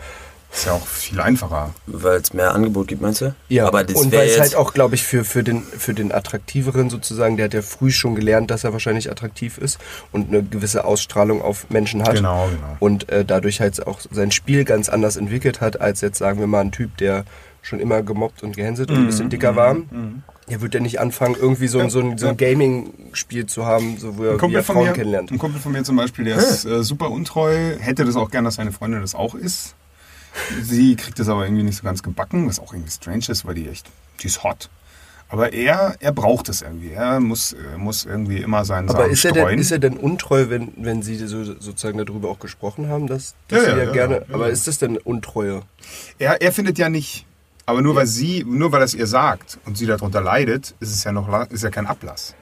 Ist ja auch viel einfacher. Weil es mehr Angebot gibt, meinst du? Ja, Aber das und wäre weil jetzt... es halt auch, glaube ich, für, für, den, für den Attraktiveren sozusagen, der hat ja früh schon gelernt, dass er wahrscheinlich attraktiv ist und eine gewisse Ausstrahlung auf Menschen hat. Genau, genau. Und äh, dadurch halt auch sein Spiel ganz anders entwickelt hat, als jetzt, sagen wir mal, ein Typ, der schon immer gemobbt und gehänselt und ein Mhm. bisschen dicker war. Der wird ja nicht anfangen, irgendwie so, ein- so ein, so ein Gaming-Spiel zu haben, so wo er, wie er Frauen mir, kennenlernt. ein Kumpel von mir zum Beispiel, der ist äh, super untreu, hätte das auch gern, dass seine Freundin das auch ist. Sie kriegt das aber irgendwie nicht so ganz gebacken, was auch irgendwie strange ist, weil die echt, die ist hot. Aber er, er braucht es irgendwie. Er muss, äh, muss irgendwie immer seinen Aber Samen ist er, denn, streuen. ist er denn untreu, wenn, wenn Sie so, sozusagen darüber auch gesprochen haben, dass, dass Ja, Sie ja, ja, ja, gerne. ja. Aber ist das denn Untreue? Er, er findet ja nicht. Aber nur weil sie, nur weil das ihr sagt und sie darunter leidet, ist es ja noch la- ist ja kein Ablass.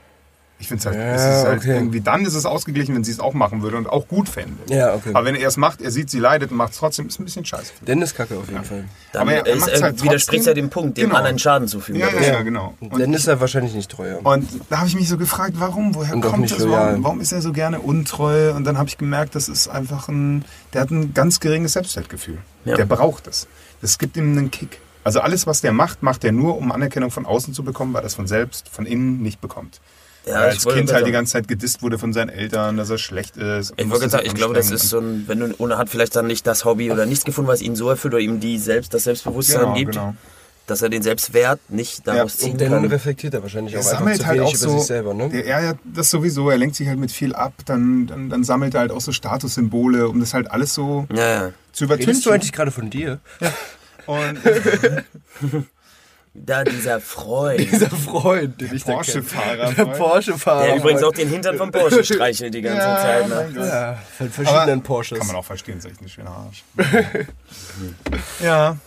Ich finde halt, Ja, es ist halt okay. irgendwie, dann ist es ausgeglichen, wenn sie es auch machen würde und auch gut fände. Ja, okay. Aber wenn er es macht, er sieht, sie leidet und macht es trotzdem, ist ein bisschen scheiße. Dennis Kacke auf jeden Fall. Dann Aber er ist- macht's äh, halt widerspricht ja trotzdem. dem Punkt, dem Genau. anderen Schaden zufügen. Ja, ja, dadurch. ja, genau. Und dann ist er wahrscheinlich nicht treuer. Und da habe ich mich so gefragt, warum, woher Und doch kommt nicht das? loyal. Warum, warum ist er so gerne untreu? Und dann habe ich gemerkt, das ist einfach ein, der hat ein ganz geringes Selbstwertgefühl. Ja. Der braucht es. Das gibt ihm einen Kick. Also alles, was der macht, macht er nur, um Anerkennung von außen zu bekommen, weil er es von selbst, von innen nicht bekommt. Ja, Weil er ich als wollte Kind gerade halt die sagen- ganze Zeit gedisst wurde von seinen Eltern, dass er schlecht ist. Ich wollte gerade sagen, ich glaube, das ist so. so ein, wenn du ohne hat vielleicht dann nicht das Hobby oder nichts gefunden, was ihn so erfüllt oder ihm die selbst das Selbstbewusstsein Genau, gibt, genau. dass er den Selbstwert nicht daraus Ja, ziehen Und dann kann. reflektiert er wahrscheinlich Er auch einfach zu sammelt halt wenig auch über so. sich selber, ne? Der, er, ja, das sowieso. Er lenkt sich halt mit viel ab. Dann, dann, dann sammelt er halt auch so Statussymbole, um das halt alles so Ja, ja. zu übertünchen. Redest du eigentlich gerade von <laughs> dir? Und äh, <laughs> Da <laughs> dieser Freud, Dieser Freund, den ich da kenne. Porsche-Fahrer. Der Porsche-Fahrer. der übrigens auch den Hintern von Porsche streichelt die ganze Zeit. Ne? Ja, von verschiedenen Porsches. Kann man auch verstehen, ist echt ein schöner <laughs> Arsch. ja.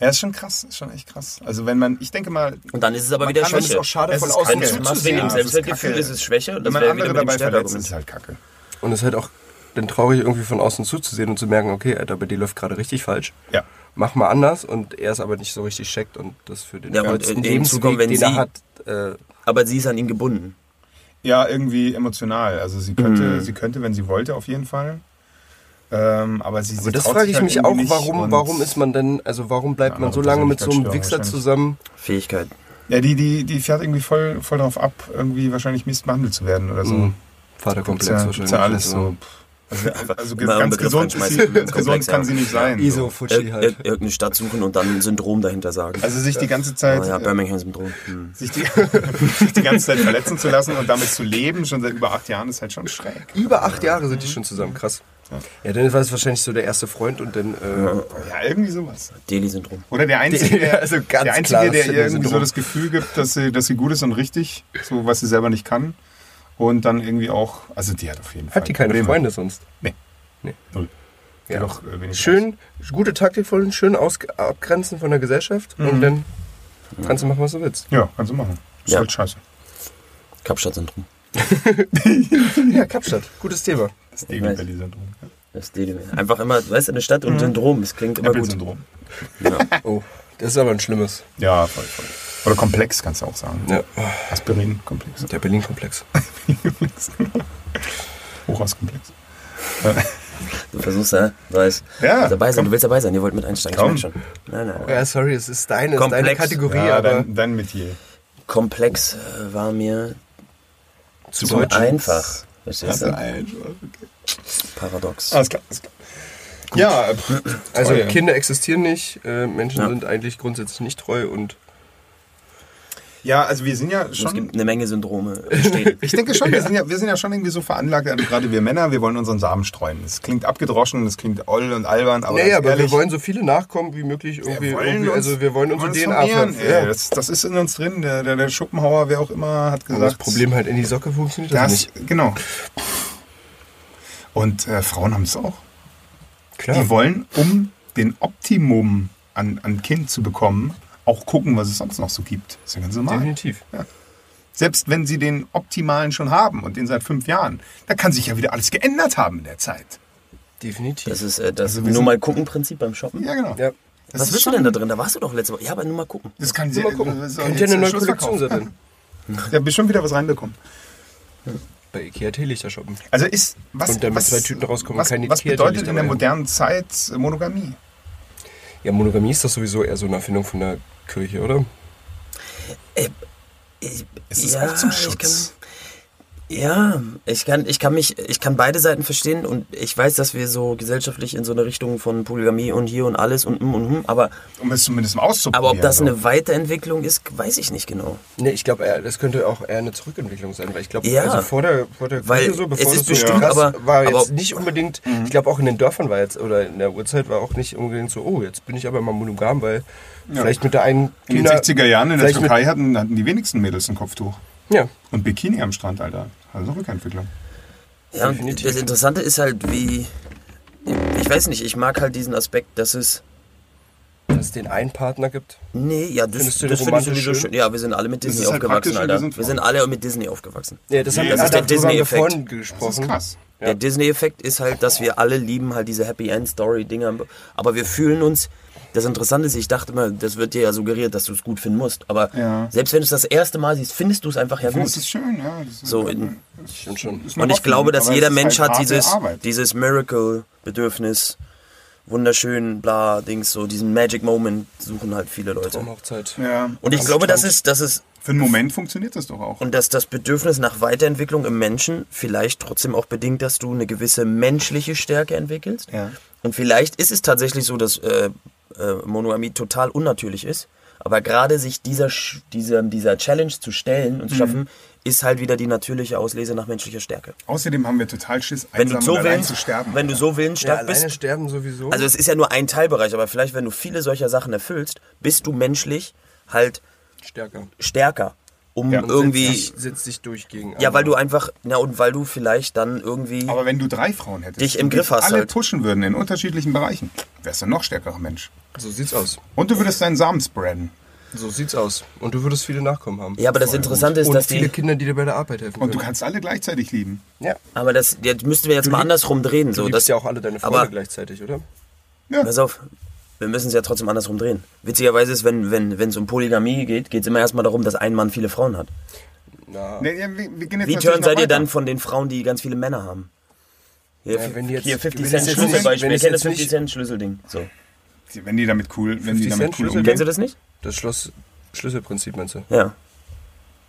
Ja, ist schon krass, ist schon echt krass. Also wenn man, ich denke mal, Und dann ist es aber Man wieder kann- das Schwäche. ist auch schade, Es von ist außen Wenn du es kacke. machst wegen Ja, dem das ist Selbstwertgefühl, kacke. ist es Schwäche. Und wenn das man wäre wieder andere mit dem dabei verletzt, Stärkeargument. ist halt kacke. Und es ist halt auch dann traurig, irgendwie von außen zuzusehen und zu merken, okay, Alter, bei dir läuft gerade richtig falsch. Ja. Mach mal anders und er es aber nicht so richtig checkt und das für den Ja, und ganzen in dem Zugang, wenn den sie- er hat, äh, Aber sie ist an ihn gebunden. Ja, irgendwie emotional. Also sie könnte, Mhm. sie könnte, wenn sie wollte, auf jeden Fall. Ähm, aber sie, Aber sie das traut frage sich ich halt mich irgendwie auch, nicht warum, und- warum ist man denn, also warum bleibt Ja, man so andere lange mit so einem Persönlichkeitsstörung Wichser zusammen? Fähigkeit. Ja, die, die, die fährt irgendwie voll, voll drauf ab, irgendwie wahrscheinlich mies behandelt zu werden oder so. Mhm. Gibt's Vaterkomplex ja, wahrscheinlich. gibt's ja alles und so. Also, also Immer einen ganz Begriff gesund, ist sie, reinschmeißen, ganz wenn's gesund komplex kann ist. sie nicht sein. ISO Ir Fuji ir halt. irgendeine Stadt suchen und dann ein Syndrom dahinter sagen. Also sich die ganze Ah, Zeit, ja, äh, Birmingham-Syndrom. Hm. sich, die, <laughs> sich die ganze Zeit verletzen zu lassen und damit zu leben, schon seit über acht Jahren, ist halt schon schräg. Über acht Jahre sind die schon zusammen, krass. Ja, dann war es wahrscheinlich so der erste Freund und dann äh, Ja, irgendwie sowas. Deli-Syndrom. Oder der Einzige, Ja, der, also ganz der, Einzige, klares der ihr irgendwie Syndrom. so das Gefühl gibt, dass sie, dass sie gut ist und richtig, so was sie selber nicht kann. Und dann irgendwie auch, also die hat auf jeden Fall. hat die keine Probleme. Freunde sonst. Null. Die Ja. hat auch, äh, wenig Spaß. Schön, gute Taktik von schön aus abgrenzen von der Gesellschaft und dann kannst du machen, was du willst. Ja, kannst du machen. Ist Ja. halt scheiße. Kapstadt-Syndrom. Ja, Kapstadt, gutes Thema. Das Ich weiß. Deli-Syndrom. Mhm. Das Deli. Einfach immer, weißt du, eine Stadt und Syndrom. Das klingt immer gut. Apple-Syndrom. Oh, Das ist aber ein schlimmes. Ja, voll, voll. Oder komplex kannst du auch sagen. Ja. Aspirin, komplex. Der Berlin-Komplex. Hochhauskomplex. Du versuchst, ne? Weiß. Ja, Dabei sein, komm. du willst dabei sein, ihr wollt mit einsteigen. Komm. Ich merk schon. Nein, nein. Ja, sorry, es ist deine, es ist deine Komplex. Kategorie, Ja, aber dein, dein Metier. Komplex äh, war mir zu zu deutsch. einfach. Verstehst du? Alles Paradox. Also klar, alles klar. Ja, äh, pff, Also Toll. Kinder existieren nicht, äh, Menschen Ja. sind eigentlich grundsätzlich nicht treu und ja, also wir sind ja es gibt schon. eine Menge Syndrome. Verstehen. <laughs> Ich denke schon, wir sind, ja, wir sind ja schon irgendwie so veranlagt, also gerade wir Männer, wir wollen unseren Samen streuen. Es klingt abgedroschen, es klingt oll und albern, aber, Naja, ganz aber wir ehrlich, wollen so viele nachkommen wie möglich. Irgendwie, wir wollen irgendwie, uns, also wir wollen unsere uns DNA vermehren, ver- ey. ja. das, das ist in uns drin. Der, der, der Schopenhauer, wer auch immer, hat Und gesagt. Das Problem halt in die Socke funktioniert das, das, nicht. genau. Und äh, Frauen haben es auch. Klar. Die wollen, um den Optimum an, an Kind zu bekommen, auch gucken, was es sonst noch so gibt. Ist ja ganz normal. Definitiv. Selbst wenn sie den optimalen schon haben und den seit fünf Jahren, da kann sich ja wieder alles geändert haben in der Zeit. Definitiv. Das ist äh, das Also wir nur sind- mal gucken Prinzip beim Shoppen. Ja, genau. ja. Das Was ist willst du schon- denn da drin? Da warst du doch letzte Woche. Ja, aber nur mal gucken. Das kann sie Mal gucken. Könnte ja eine neue Kollektion sein. dann. Da bist schon wieder was reinbekommen. Bei Ikea Teelichter shoppen. Also ist was Und dann mit was, zwei Tüten rauskommen, Was, keine was Ikea bedeutet Teelichter in der mehr. modernen Zeit Monogamie? Ja, Monogamie ist doch sowieso eher so eine Erfindung von der Kirche, oder? Ich- Es ist auch zum Schutz. Ich kann, ja, ich kann, ich kann mich, ich kann beide Seiten verstehen und ich weiß, dass wir so gesellschaftlich in so eine Richtung von Polygamie und hier und alles und hm und hm, aber, Um es zumindest mal auszuprobieren. also. aber ob das so. eine Weiterentwicklung ist, weiß ich nicht genau. Ne, ich glaube, äh, das könnte auch eher eine Zurückentwicklung sein, weil ich glaube, Ja. also vor der, vor der Weil Kirche so, bevor es ist das so bestimmt, krass aber- war jetzt aber- Mhm. nicht unbedingt, ich glaube auch in den Dörfern war jetzt, oder in der Urzeit war auch nicht unbedingt so, oh, jetzt bin ich aber mal monogam, weil vielleicht mit der einen in den Kinder- 60er Jahren in der vielleicht mit- Türkei hatten, hatten die wenigsten Mädels ein Kopftuch. Ja, Und Bikini am Strand, Alter. Also Rückentwicklung. Ja, und Definitiv. das Interessante ist halt, wie, ich weiß nicht, ich mag halt diesen Aspekt, dass es, dass es den einen Partner gibt. nee, ja, das, das Findest du finde den ich sowieso romantisch schön? schön? Ja, wir sind alle mit Disney ist halt aufgewachsen, praktisch und wir Alter. sind Wir Frauen. sind alle mit Disney aufgewachsen. Ja, das haben das wir ist der Disney-Effekt. vorhin Das ist gesprochen. krass. Der Disney-Effekt ist halt, dass wir alle lieben halt diese Happy End Story Dinger, aber wir fühlen uns. Das Interessante ist, ich dachte immer, das wird dir ja suggeriert, dass du es gut finden musst. Aber Ja. selbst wenn du es das erste Mal siehst, findest du es einfach ja Das gut. ist schön, ja. Das ist- So in, Stimmt schon. ist eine und ich Hoffnung, glaube, dass aber jeder es ist halt Mensch hat harte dieses, Arbeit. dieses Miracle-Bedürfnis, wunderschön, bla, Dings, so diesen Magic Moment suchen halt viele Leute. Traumhochzeit. ja. Und ich Das glaube, das stimmt. ist, das ist Für einen Moment funktioniert das doch auch. und dass das Bedürfnis nach Weiterentwicklung im Menschen vielleicht trotzdem auch bedingt, dass du eine gewisse menschliche Stärke entwickelst. Ja. Und vielleicht ist es tatsächlich so, dass äh, äh, Monogamie total unnatürlich ist. Aber gerade sich dieser, Sch- dieser, dieser Challenge zu stellen Mhm. und zu schaffen, ist halt wieder die natürliche Auslese nach menschlicher Stärke. Außerdem haben wir total Schiss, Wenn du einsam so und allein willens, zu sterben. wenn du so Ja, willensstark alleine bist, sterben sowieso. also es ist ja nur ein Teilbereich, aber vielleicht wenn du viele solcher Sachen erfüllst, bist du menschlich halt stärker. stärker, um Ja. irgendwie Setz dich, setz dich durch gegen ja, weil du andere. einfach, na und weil du vielleicht dann irgendwie. aber wenn du drei Frauen hättest, Dich im und Griff hast alle halt. pushen würden in unterschiedlichen Bereichen, wärst du ein noch stärkerer Mensch. So sieht's aus. Und du würdest deinen Samen spreaden. So sieht's aus. Und du würdest viele Nachkommen haben. ja, aber das Interessante ist, Und dass viele die. Kinder, die dir bei der Arbeit helfen Und du können. kannst alle gleichzeitig lieben. ja. Aber das, jetzt müssten wir jetzt mal lieb- andersrum drehen. Du So, liebst dass, ja auch alle deine Freunde aber- gleichzeitig, oder? Pass auf, wir müssen es ja trotzdem andersrum drehen. Witzigerweise ist, wenn wenn wenn, es um Polygamie geht, geht es immer erstmal darum, dass ein Mann viele Frauen hat. Na, Nee, ja, wir, wir gehen jetzt Wie natürlich turn noch seid ihr weiter. dann von den Frauen, die ganz viele Männer haben? Hier, Ja, wenn die jetzt- hier 50 wenn Cent es jetzt Schlüssel nicht- Beispiel. wenn Ihr es kennt jetzt das 50 nicht- Mhm. Cent Schlüsselding. So. Wenn die damit cool, wenn die 50 damit Cent cool Schlüssel- umgehen. Kennst du das nicht? das Schloss Schlüsselprinzip meinst du? Ja.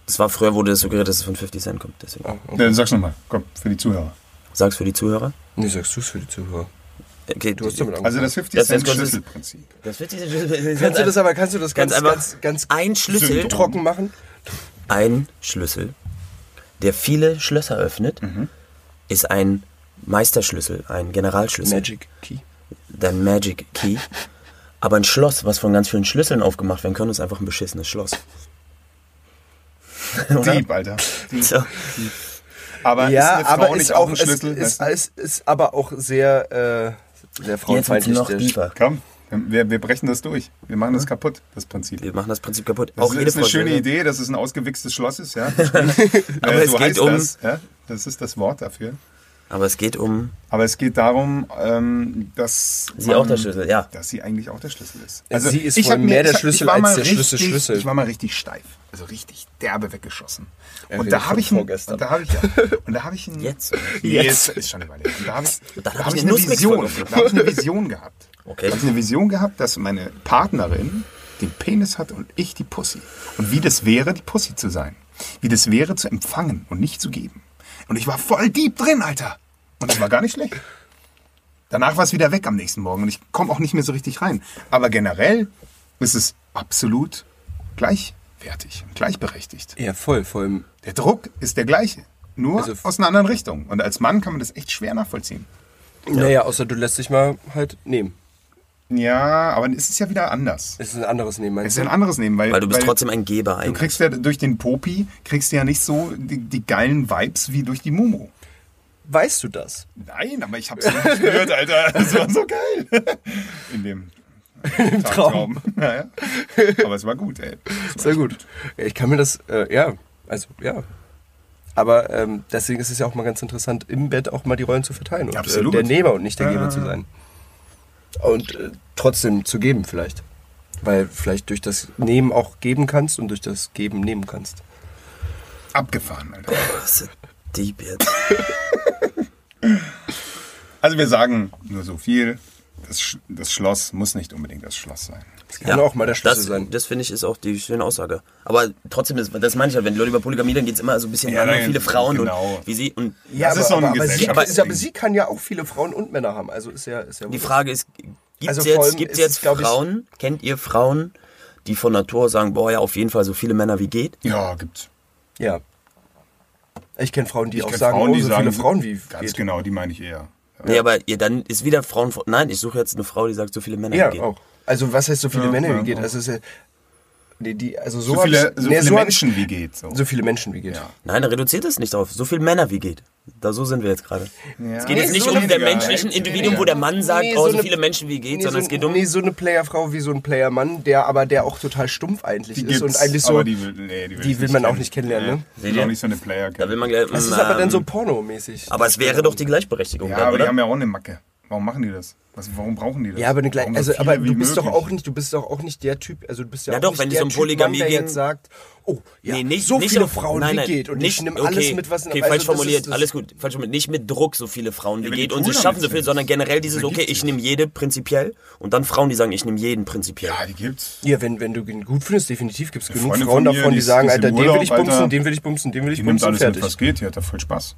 Das war früher, wurde das suggeriert, dass es von 50 Cent kommt. Deswegen. Ah, okay. Ja, dann sag's nochmal. Komm, für die Zuhörer. Sag's für die Zuhörer. Äh, Nee, sagst du's für die Zuhörer. Okay, Du hast damit angefangen. Also das 50 Das Cent ist- Schlüsselprinzip. das 50 Cent Schlüssel. kannst du das aber, kannst du das ganz ganz, einfach- ganz, ganz, ein Schlüssel, Syndrom. trocken machen? ein Schlüssel, der viele Schlösser öffnet, Mhm. ist ein Meisterschlüssel, ein Generalschlüssel, Magic Key. dein Magic Key. Aber ein Schloss, was von ganz vielen Schlüsseln aufgemacht werden kann, ist einfach ein beschissenes Schloss. Dieb, Alter. <laughs> So. Aber Ja, ist eine Frau aber nicht ist auch auch, ein es ist, Schlüssel? ist, weißt du? ist aber auch sehr, äh, sehr Jetzt wird's frauenfeindlich. noch der- tiefer. Komm, wir, wir brechen das durch. Wir machen Hm? das kaputt, das Prinzip. Wir machen das Prinzip kaputt. Das Auch ist, jede ist eine Folge, schöne ne? Idee, dass es Äh, ein ausgewichstes Schloss ist, ja. Aber es geht um- Das, ja? das ist das Wort dafür. Aber es geht um Aber es geht darum, ähm, dass sie auch der Schlüssel, ja. dass sie eigentlich auch der Schlüssel ist. Also Sie ist ich wohl hab mir- mehr der ich hab- ich Schlüssel war als mal der Schlüssel richtig, Schlüssel. Ich war mal richtig steif, also richtig derbe weggeschossen. Er und redet da habe von ich, einen- vorgestern. und da habe ich, ja, und da habe ich einen, Jetzt. jetzt ist schon überlegt. Und da habe ich, dann da hab habe ich ich eine eine Nussmix Vision, verkauft. da habe ich eine Vision gehabt. Okay. Da habe ich eine Vision gehabt, dass meine Partnerin den Penis hat und ich die Pussy. Und wie das wäre, die Pussy zu sein, wie das wäre, zu empfangen und nicht zu geben. Und ich war voll deep drin, Alter. Und das war gar nicht schlecht. Danach war es wieder weg am nächsten Morgen und ich komme auch nicht mehr so richtig rein. Aber generell ist es absolut gleichwertig und gleichberechtigt. Ja, voll, voll. Der Druck ist der gleiche, nur Also- aus einer anderen Richtung. Und als Mann kann man das echt schwer nachvollziehen. Naja, außer du lässt dich mal halt nehmen. Ja, aber es ist ja wieder anders. Es ist ein anderes Nehmen, Es meinst ist ja du? ein anderes Nehmen, weil, Weil du bist trotzdem ein Geber Du eigentlich. kriegst ja durch den Popi, kriegst du ja nicht so die, die geilen Vibes wie durch die Momo. Weißt du das? Nein, aber ich hab's nicht gehört, <laughs> Alter. Das war so geil. In dem Traum. Ja, ja. Aber es war gut, ey. Sehr gut. Ja, Ich kann mir das, äh, ja, also ja. Aber ähm, deswegen ist es ja auch mal ganz interessant, im Bett auch mal die Rollen zu verteilen. Und, Absolut. Ah. Äh, der Nehmer und nicht der Ja, Geber ja, zu ja. sein. Und äh, trotzdem zu geben vielleicht. Weil vielleicht durch das Nehmen auch geben kannst und durch das Geben nehmen kannst. Abgefahren, Alter. Das ist deep jetzt. Also wir sagen nur so viel. Das, Sch- das Schloss muss nicht unbedingt das Schloss sein. Das kann auch mal der Schlüssel das, sein. Das finde ich ist auch die schöne Aussage. Aber trotzdem, das, das meine ich halt, wenn die Leute über Polygamie, dann geht es immer so ein bisschen Ja, an ne? nein, viele Frauen genau. und wie sie. Und Das ist so ein sie, aber, Gesellschaftsding. aber sie kann ja auch viele Frauen und Männer haben. Also ist ja, ist ja die wurscht. Frage ist, gibt Also es vor allem jetzt, gibt's ist es, jetzt glaub ich- Frauen, kennt ihr Frauen, die von Natur sagen, boah ja, auf jeden Fall so viele Männer wie geht? Ja, gibt's. Ja. Ich kenne Frauen, die auch kenn sagen, oh, so viele so- Frauen wie Ganz geht. genau, die meine ich eher. Nee, aber ihr, dann ist wieder Frauen. Nein, ich suche jetzt eine Frau, die sagt, so viele Männer Ja, wie geht. auch. Also was heißt so viele Ja, Männer ja, wie geht? auch. Also es ist ja, nee, die, also so, So viele, hab ich- so nee, viele so hab Menschen wie geht. So. Ich, so viele Menschen wie geht. Ja. Nein, dann reduziert es nicht auf so viele Männer wie geht. Da so sind wir jetzt gerade. Es geht Nee, jetzt nicht so um der weniger. menschlichen Jetzt Individuum, weniger. wo der Mann sagt, Nee, oh, so so eine- viele Menschen wie geht, Nee, sondern so, es geht um nee, so eine Playerfrau wie so ein Playermann, der aber der auch total stumpf eigentlich Die gibt's, ist und eigentlich so. aber die will, nee, die will, die ich will man auch kennen. nicht kennenlernen, ne? Nee, ich will auch nicht so eine Player Da will kennen. man gleich. das ist mm, aber dann so ähm, pornomäßig. Aber es wäre doch die Gleichberechtigung, Ja, dann, aber die oder? haben ja auch eine Macke. Warum machen die das? Was, warum brauchen die das? ja, aber eine Warum gleich, so also viele aber wie du bist doch möglich? auch nicht, du bist doch auch nicht der Typ, also du bist ja Na auch doch, nicht wenn die der so ein Typ, Mann, der Polygamie jetzt gehen- sagt, oh, ja, Nee, nicht, so nicht viele auf- Frauen nein, wie nein, geht und ich nehme okay, alles mit, was also Okay, falsch das ist- formuliert, das- alles gut. Falsch formuliert. Nicht mit Druck so viele Frauen wie wenn die geht und Kohle sie schaffen so nicht viel, sind, sondern generell dieses, vergibt okay, ich sich. nehme jede prinzipiell und dann Frauen, die sagen, ich nehme jeden prinzipiell. Ja, die gibt's. Ja, wenn, wenn du ihn gut findest, definitiv gibt es genug Freundin Frauen von mir, davon, die, die ist- sagen, die ist im Alter, den will Urlaub, ich bumsen, Alter. den will ich bumsen, den will ich Die nimmt bumsen, alles mit, fertig. was geht. Die hat da voll Spaß.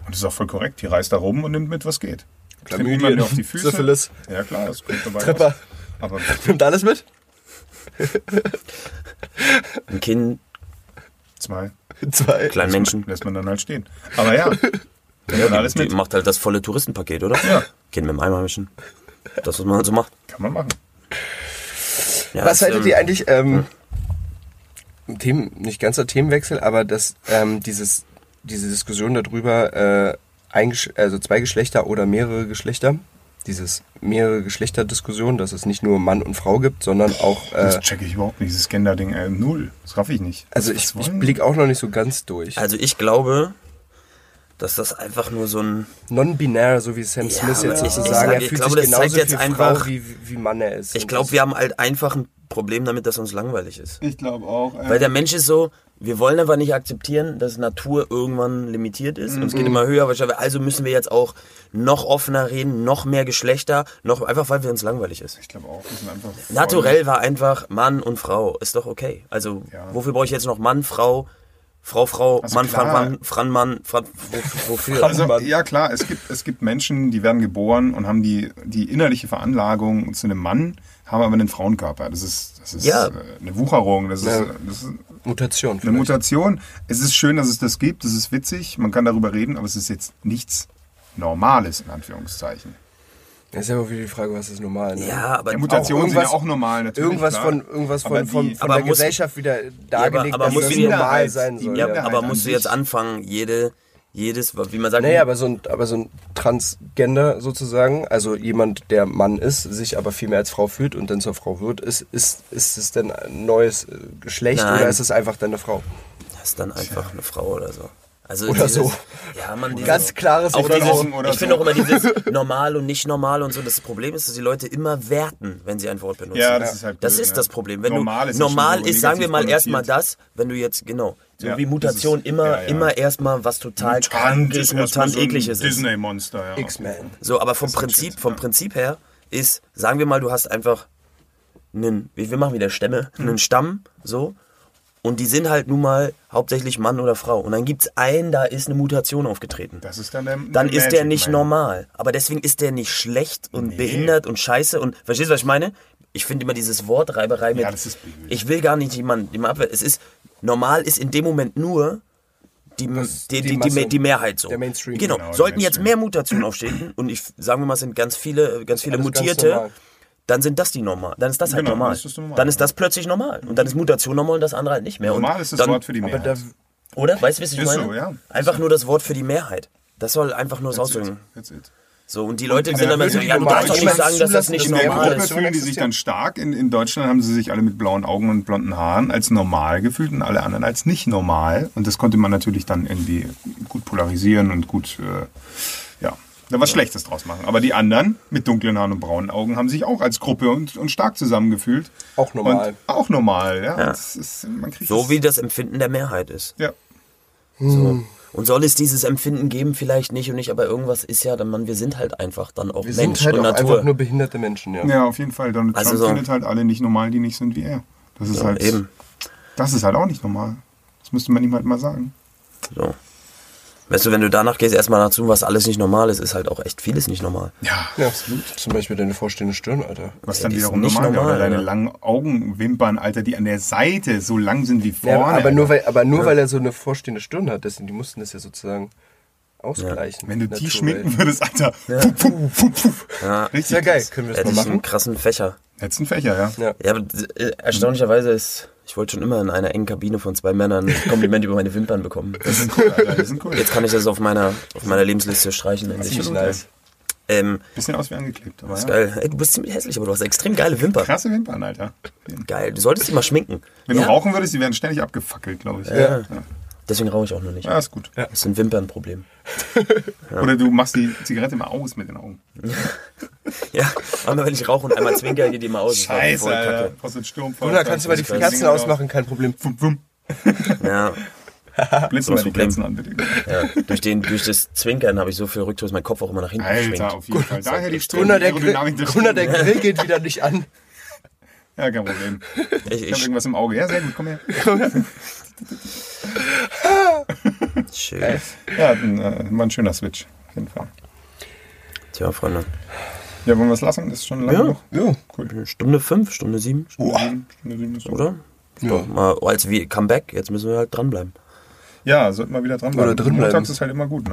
Und das ist auch voll korrekt. Die reist da rum und nimmt mit, was geht. Tritt Chlamydien, niemandem auf die Füße. Syphilis. Ja, klar, das kommt dabei Tripper. raus. Aber Nimmt alles mit? Ein Kind, zwei Zwei. kleinen Menschen. lässt man dann halt stehen. Aber ja, da nimmt man alles Die mit. macht halt das volle Touristenpaket, oder? Ja. Kind mit dem Einheimischen. Das, was man halt so macht. Kann man machen. Ja, Was das, haltet ähm, ihr eigentlich, ähm, Themen, nicht ganzer Themenwechsel, aber das, ähm, dieses, diese Diskussion darüber, äh, ein, Gesch- also zwei Geschlechter oder mehrere Geschlechter, dieses mehrere Geschlechter-Diskussion, dass es nicht nur Mann und Frau gibt, sondern auch, Das äh, checke ich überhaupt nicht. Dieses Gender-Ding, äh, null. Das raff ich nicht. also Was- ich, was ich wollen- blick auch noch nicht so ganz durch. Also ich glaube, dass das einfach nur so ein... non-binär, so wie Sam Ja, Smith jetzt aber ich- zu ich sagen. sag, Er ich fühlt glaube, sich das zeigt genauso jetzt viel einfach- Frau, wie, wie Mann er ist. Ich Und glaube, das- wir haben halt einfach ein Problem damit, dass uns langweilig ist. Ich glaube auch. äh, Weil der Mensch ist so, wir wollen aber nicht akzeptieren, dass Natur irgendwann limitiert ist und es Mhm. geht immer höher. wahrscheinlich. Also müssen wir jetzt auch noch offener reden, noch mehr Geschlechter, noch einfach, weil wir uns langweilig ist. Ich glaube auch. Das sind einfach voll- Naturell war einfach Mann und Frau, ist doch okay. Also Ja. wofür brauche ich jetzt noch Mann, Frau, Frau, Frau, Also Mann, Fran, klar. Mann, Fran, Mann, Fran, wo- wofür? Also, ja klar, es gibt, es gibt Menschen, die werden geboren und haben die, die innerliche Veranlagung zu einem Mann, haben aber einen Frauenkörper. Das ist, das ist Ja. äh, eine Wucherung, das ist, Ja. das ist Mutation eine vielleicht. Mutation. Es ist schön, dass es das gibt, es ist witzig, man kann darüber reden, aber es ist jetzt nichts Normales, in Anführungszeichen. Das ist ja auch wieder die Frage, was ist normal. Ne? ja, aber Ja, Mutationen sind ja irgendwas- auch normal, natürlich. Irgendwas klar. von, irgendwas Aber von, von, die- von aber der muss- Gesellschaft wieder dargelegt, aber muss halt dass das die normal Minderheit- sein die soll. ja, Ja. Minderheit aber halt an musst du sich. jetzt anfangen, jede, jedes, wie man sagt, Naja, aber so, ein, aber so ein Transgender sozusagen, also jemand, der Mann ist, sich aber viel mehr als Frau fühlt und dann zur Frau wird, ist, ist, ist es denn ein neues äh, Geschlecht Nein. oder ist es einfach dann eine Frau? das ist dann einfach eine Frau oder so. Also Oder dieses, so. Ja, man, dieses, Ganz klares auch Oder dieses, Augen oder Ich finde so. auch immer dieses <laughs> normal und nicht normal und so. Das Problem ist, dass die Leute immer werten, wenn sie ein Wort benutzen. Ja, das ist halt Das blöd, ist ne? das Problem. Wenn Normal du, ist ja schon normal so ist, sagen wir mal negativ erstmal das, wenn du jetzt, genau, so Ja, wie Mutation das ist- immer, ja, ja. immer erstmal was total krankes, erstmal mutant, so ein ekliges ist. Disney-Monster, ja. X-Men. So, aber vom Das ist ein Prinzip, Schild, vom ja. Prinzip her ist, sagen wir mal, du hast einfach einen, wir wir machen wieder Stämme, Mhm. einen Stamm, so, und die sind halt nun mal hauptsächlich Mann oder Frau. Und dann gibt's einen, da ist eine Mutation aufgetreten. Das ist dann der Dann ist der Magic nicht Man. normal. Aber deswegen ist der nicht schlecht und behindert und scheiße und verstehst du, was ich meine? Ich finde immer dieses Wortreiberei mit. Ja, das ist blöd. Ich will gar nicht jemanden, jemanden abwehren. Es ist normal ist in dem Moment nur die, Das- die, die die, die, Masse. die Mehrheit so. Der Mainstream. Genau. Genau, der Sollten jetzt Mainstream. mehr Mutationen <clears throat> um aufstehen und ich sagen wir mal, es sind ganz viele, ganz viele alles ganz Mutierte. normal. dann sind das die normal. Dann ist das halt Genau, normal. dann ist das normal, Dann ist ja. das plötzlich normal. Und dann ist Mutation normal und das andere halt nicht mehr. Normal und ist das dann, Wort für die Aber Mehrheit. da, Oder? Weißt du, was ich Ist so, meine? ja. Einfach nur das Wort für die Mehrheit. Das soll einfach nur das That's it, ausdrücken. that's it. So, und die Leute in sind der dann immer so, Welt, ja, du die darfst doch nicht jemals sagen, dass das zulassen, nicht dass In der normal Gruppe ist. fühlen die sich dann stark. In, in Deutschland haben sie sich alle mit blauen Augen und blonden Haaren als normal gefühlt und alle anderen als nicht normal. Und das konnte man natürlich dann irgendwie gut polarisieren und gut, äh, ja, da was Schlechtes draus machen. Aber die anderen mit dunklen Haaren und braunen Augen haben sich auch als Gruppe und, und stark zusammengefühlt. Auch normal. Und auch normal, ja. Das ist, man kriegt So das- wie das Empfinden der Mehrheit ist. Ja. Mm. So. Und soll es dieses Empfinden geben? Vielleicht nicht und nicht, aber irgendwas ist ja dann, man, wir sind halt einfach dann auch wir Mensch sind halt und auch Natur. einfach nur behinderte Menschen, ja. ja, auf jeden Fall. Donald Also Trump so. findet halt alle nicht normal, die nicht sind wie er. Das ist so, halt, eben. das ist halt auch nicht normal. Das müsste man ihm halt mal sagen. So. Weißt du, wenn du danach gehst, erstmal dazu, was alles nicht normal ist, ist halt auch echt vieles nicht normal. Ja, Ja, absolut. Zum Beispiel deine vorstehende Stirn, Alter. Was Ja, dann die wiederum ist nicht normal, wäre. normal, Oder deine ja. langen Augenwimpern, Alter, die an der Seite so lang sind wie Ja, vorne. aber nur, weil, aber nur weil er so eine vorstehende Stirn hat, deswegen, die mussten das ja sozusagen ausgleichen. Wenn du die Naturell. schminken würdest, Alter. Fup, fup, fup, fup. Ja, Richtig. Sehr geil, können wir das hätte mal ich einen machen? krassen Fächer. Hättest einen Fächer, ja. Ja. Ja, aber äh, erstaunlicherweise ist, ich wollte schon immer in einer engen Kabine von zwei Männern ein Kompliment <laughs> über meine Wimpern bekommen. Die sind cool, Alter. Die sind cool. Jetzt kann ich das auf meiner, auf meiner Lebensliste streichen. Ziemlich endlich. nice. Ähm, Bisschen aus wie angeklebt, aber ist ja. geil. Ey, du bist ziemlich hässlich, aber du hast extrem geile Wimpern. Krasse Wimpern, Alter. Geil, du solltest die mal schminken. Wenn ja. du rauchen würdest, die wären ständig abgefackelt, glaube ich. Ja. Deswegen rauche ich auch noch nicht. ja, ist gut. Das ist ein Wimpernproblem. <laughs> Oder du machst die Zigarette mal aus mit den Augen. Ja, einmal wenn ich rauche und einmal zwinker, geht die immer aus. Das war Scheiße, voll kacke. Alter. Brauchst du einen Sturm voll. Und dann kannst du mal die Kerzen ausmachen, kein Problem. Wum, wum. Ja, Blitz So ein mal die Problem. Kerzen an, bitte. ja. Durch, den, durch das Zwinkern habe ich so viel Rückzug, dass mein Kopf auch immer nach hinten Alter, schwingt. auf jeden Fall. Daher die Gunnar, der, Grill, Aerodynamik des Gunnar, der Grill geht wieder nicht an. Ja, kein Problem. Ich, Ich habe ich, irgendwas im Auge. Ja, sehr gut, <laughs> komm her. schön. Ja, ein, äh, war ein schöner Switch. Auf jeden Fall. Tja, Freunde. Ja, wollen wir es lassen? Das ist schon lange Ja. genug. Ja. Stunde 5, Stunde 7, Stunde sieben, Stunde sieben ist gut. oder? Ja. Mal als wie Comeback, jetzt müssen wir halt dranbleiben. Ja, sollten wir wieder dranbleiben. Oder drinbleiben. Montags ist halt immer gut, ne?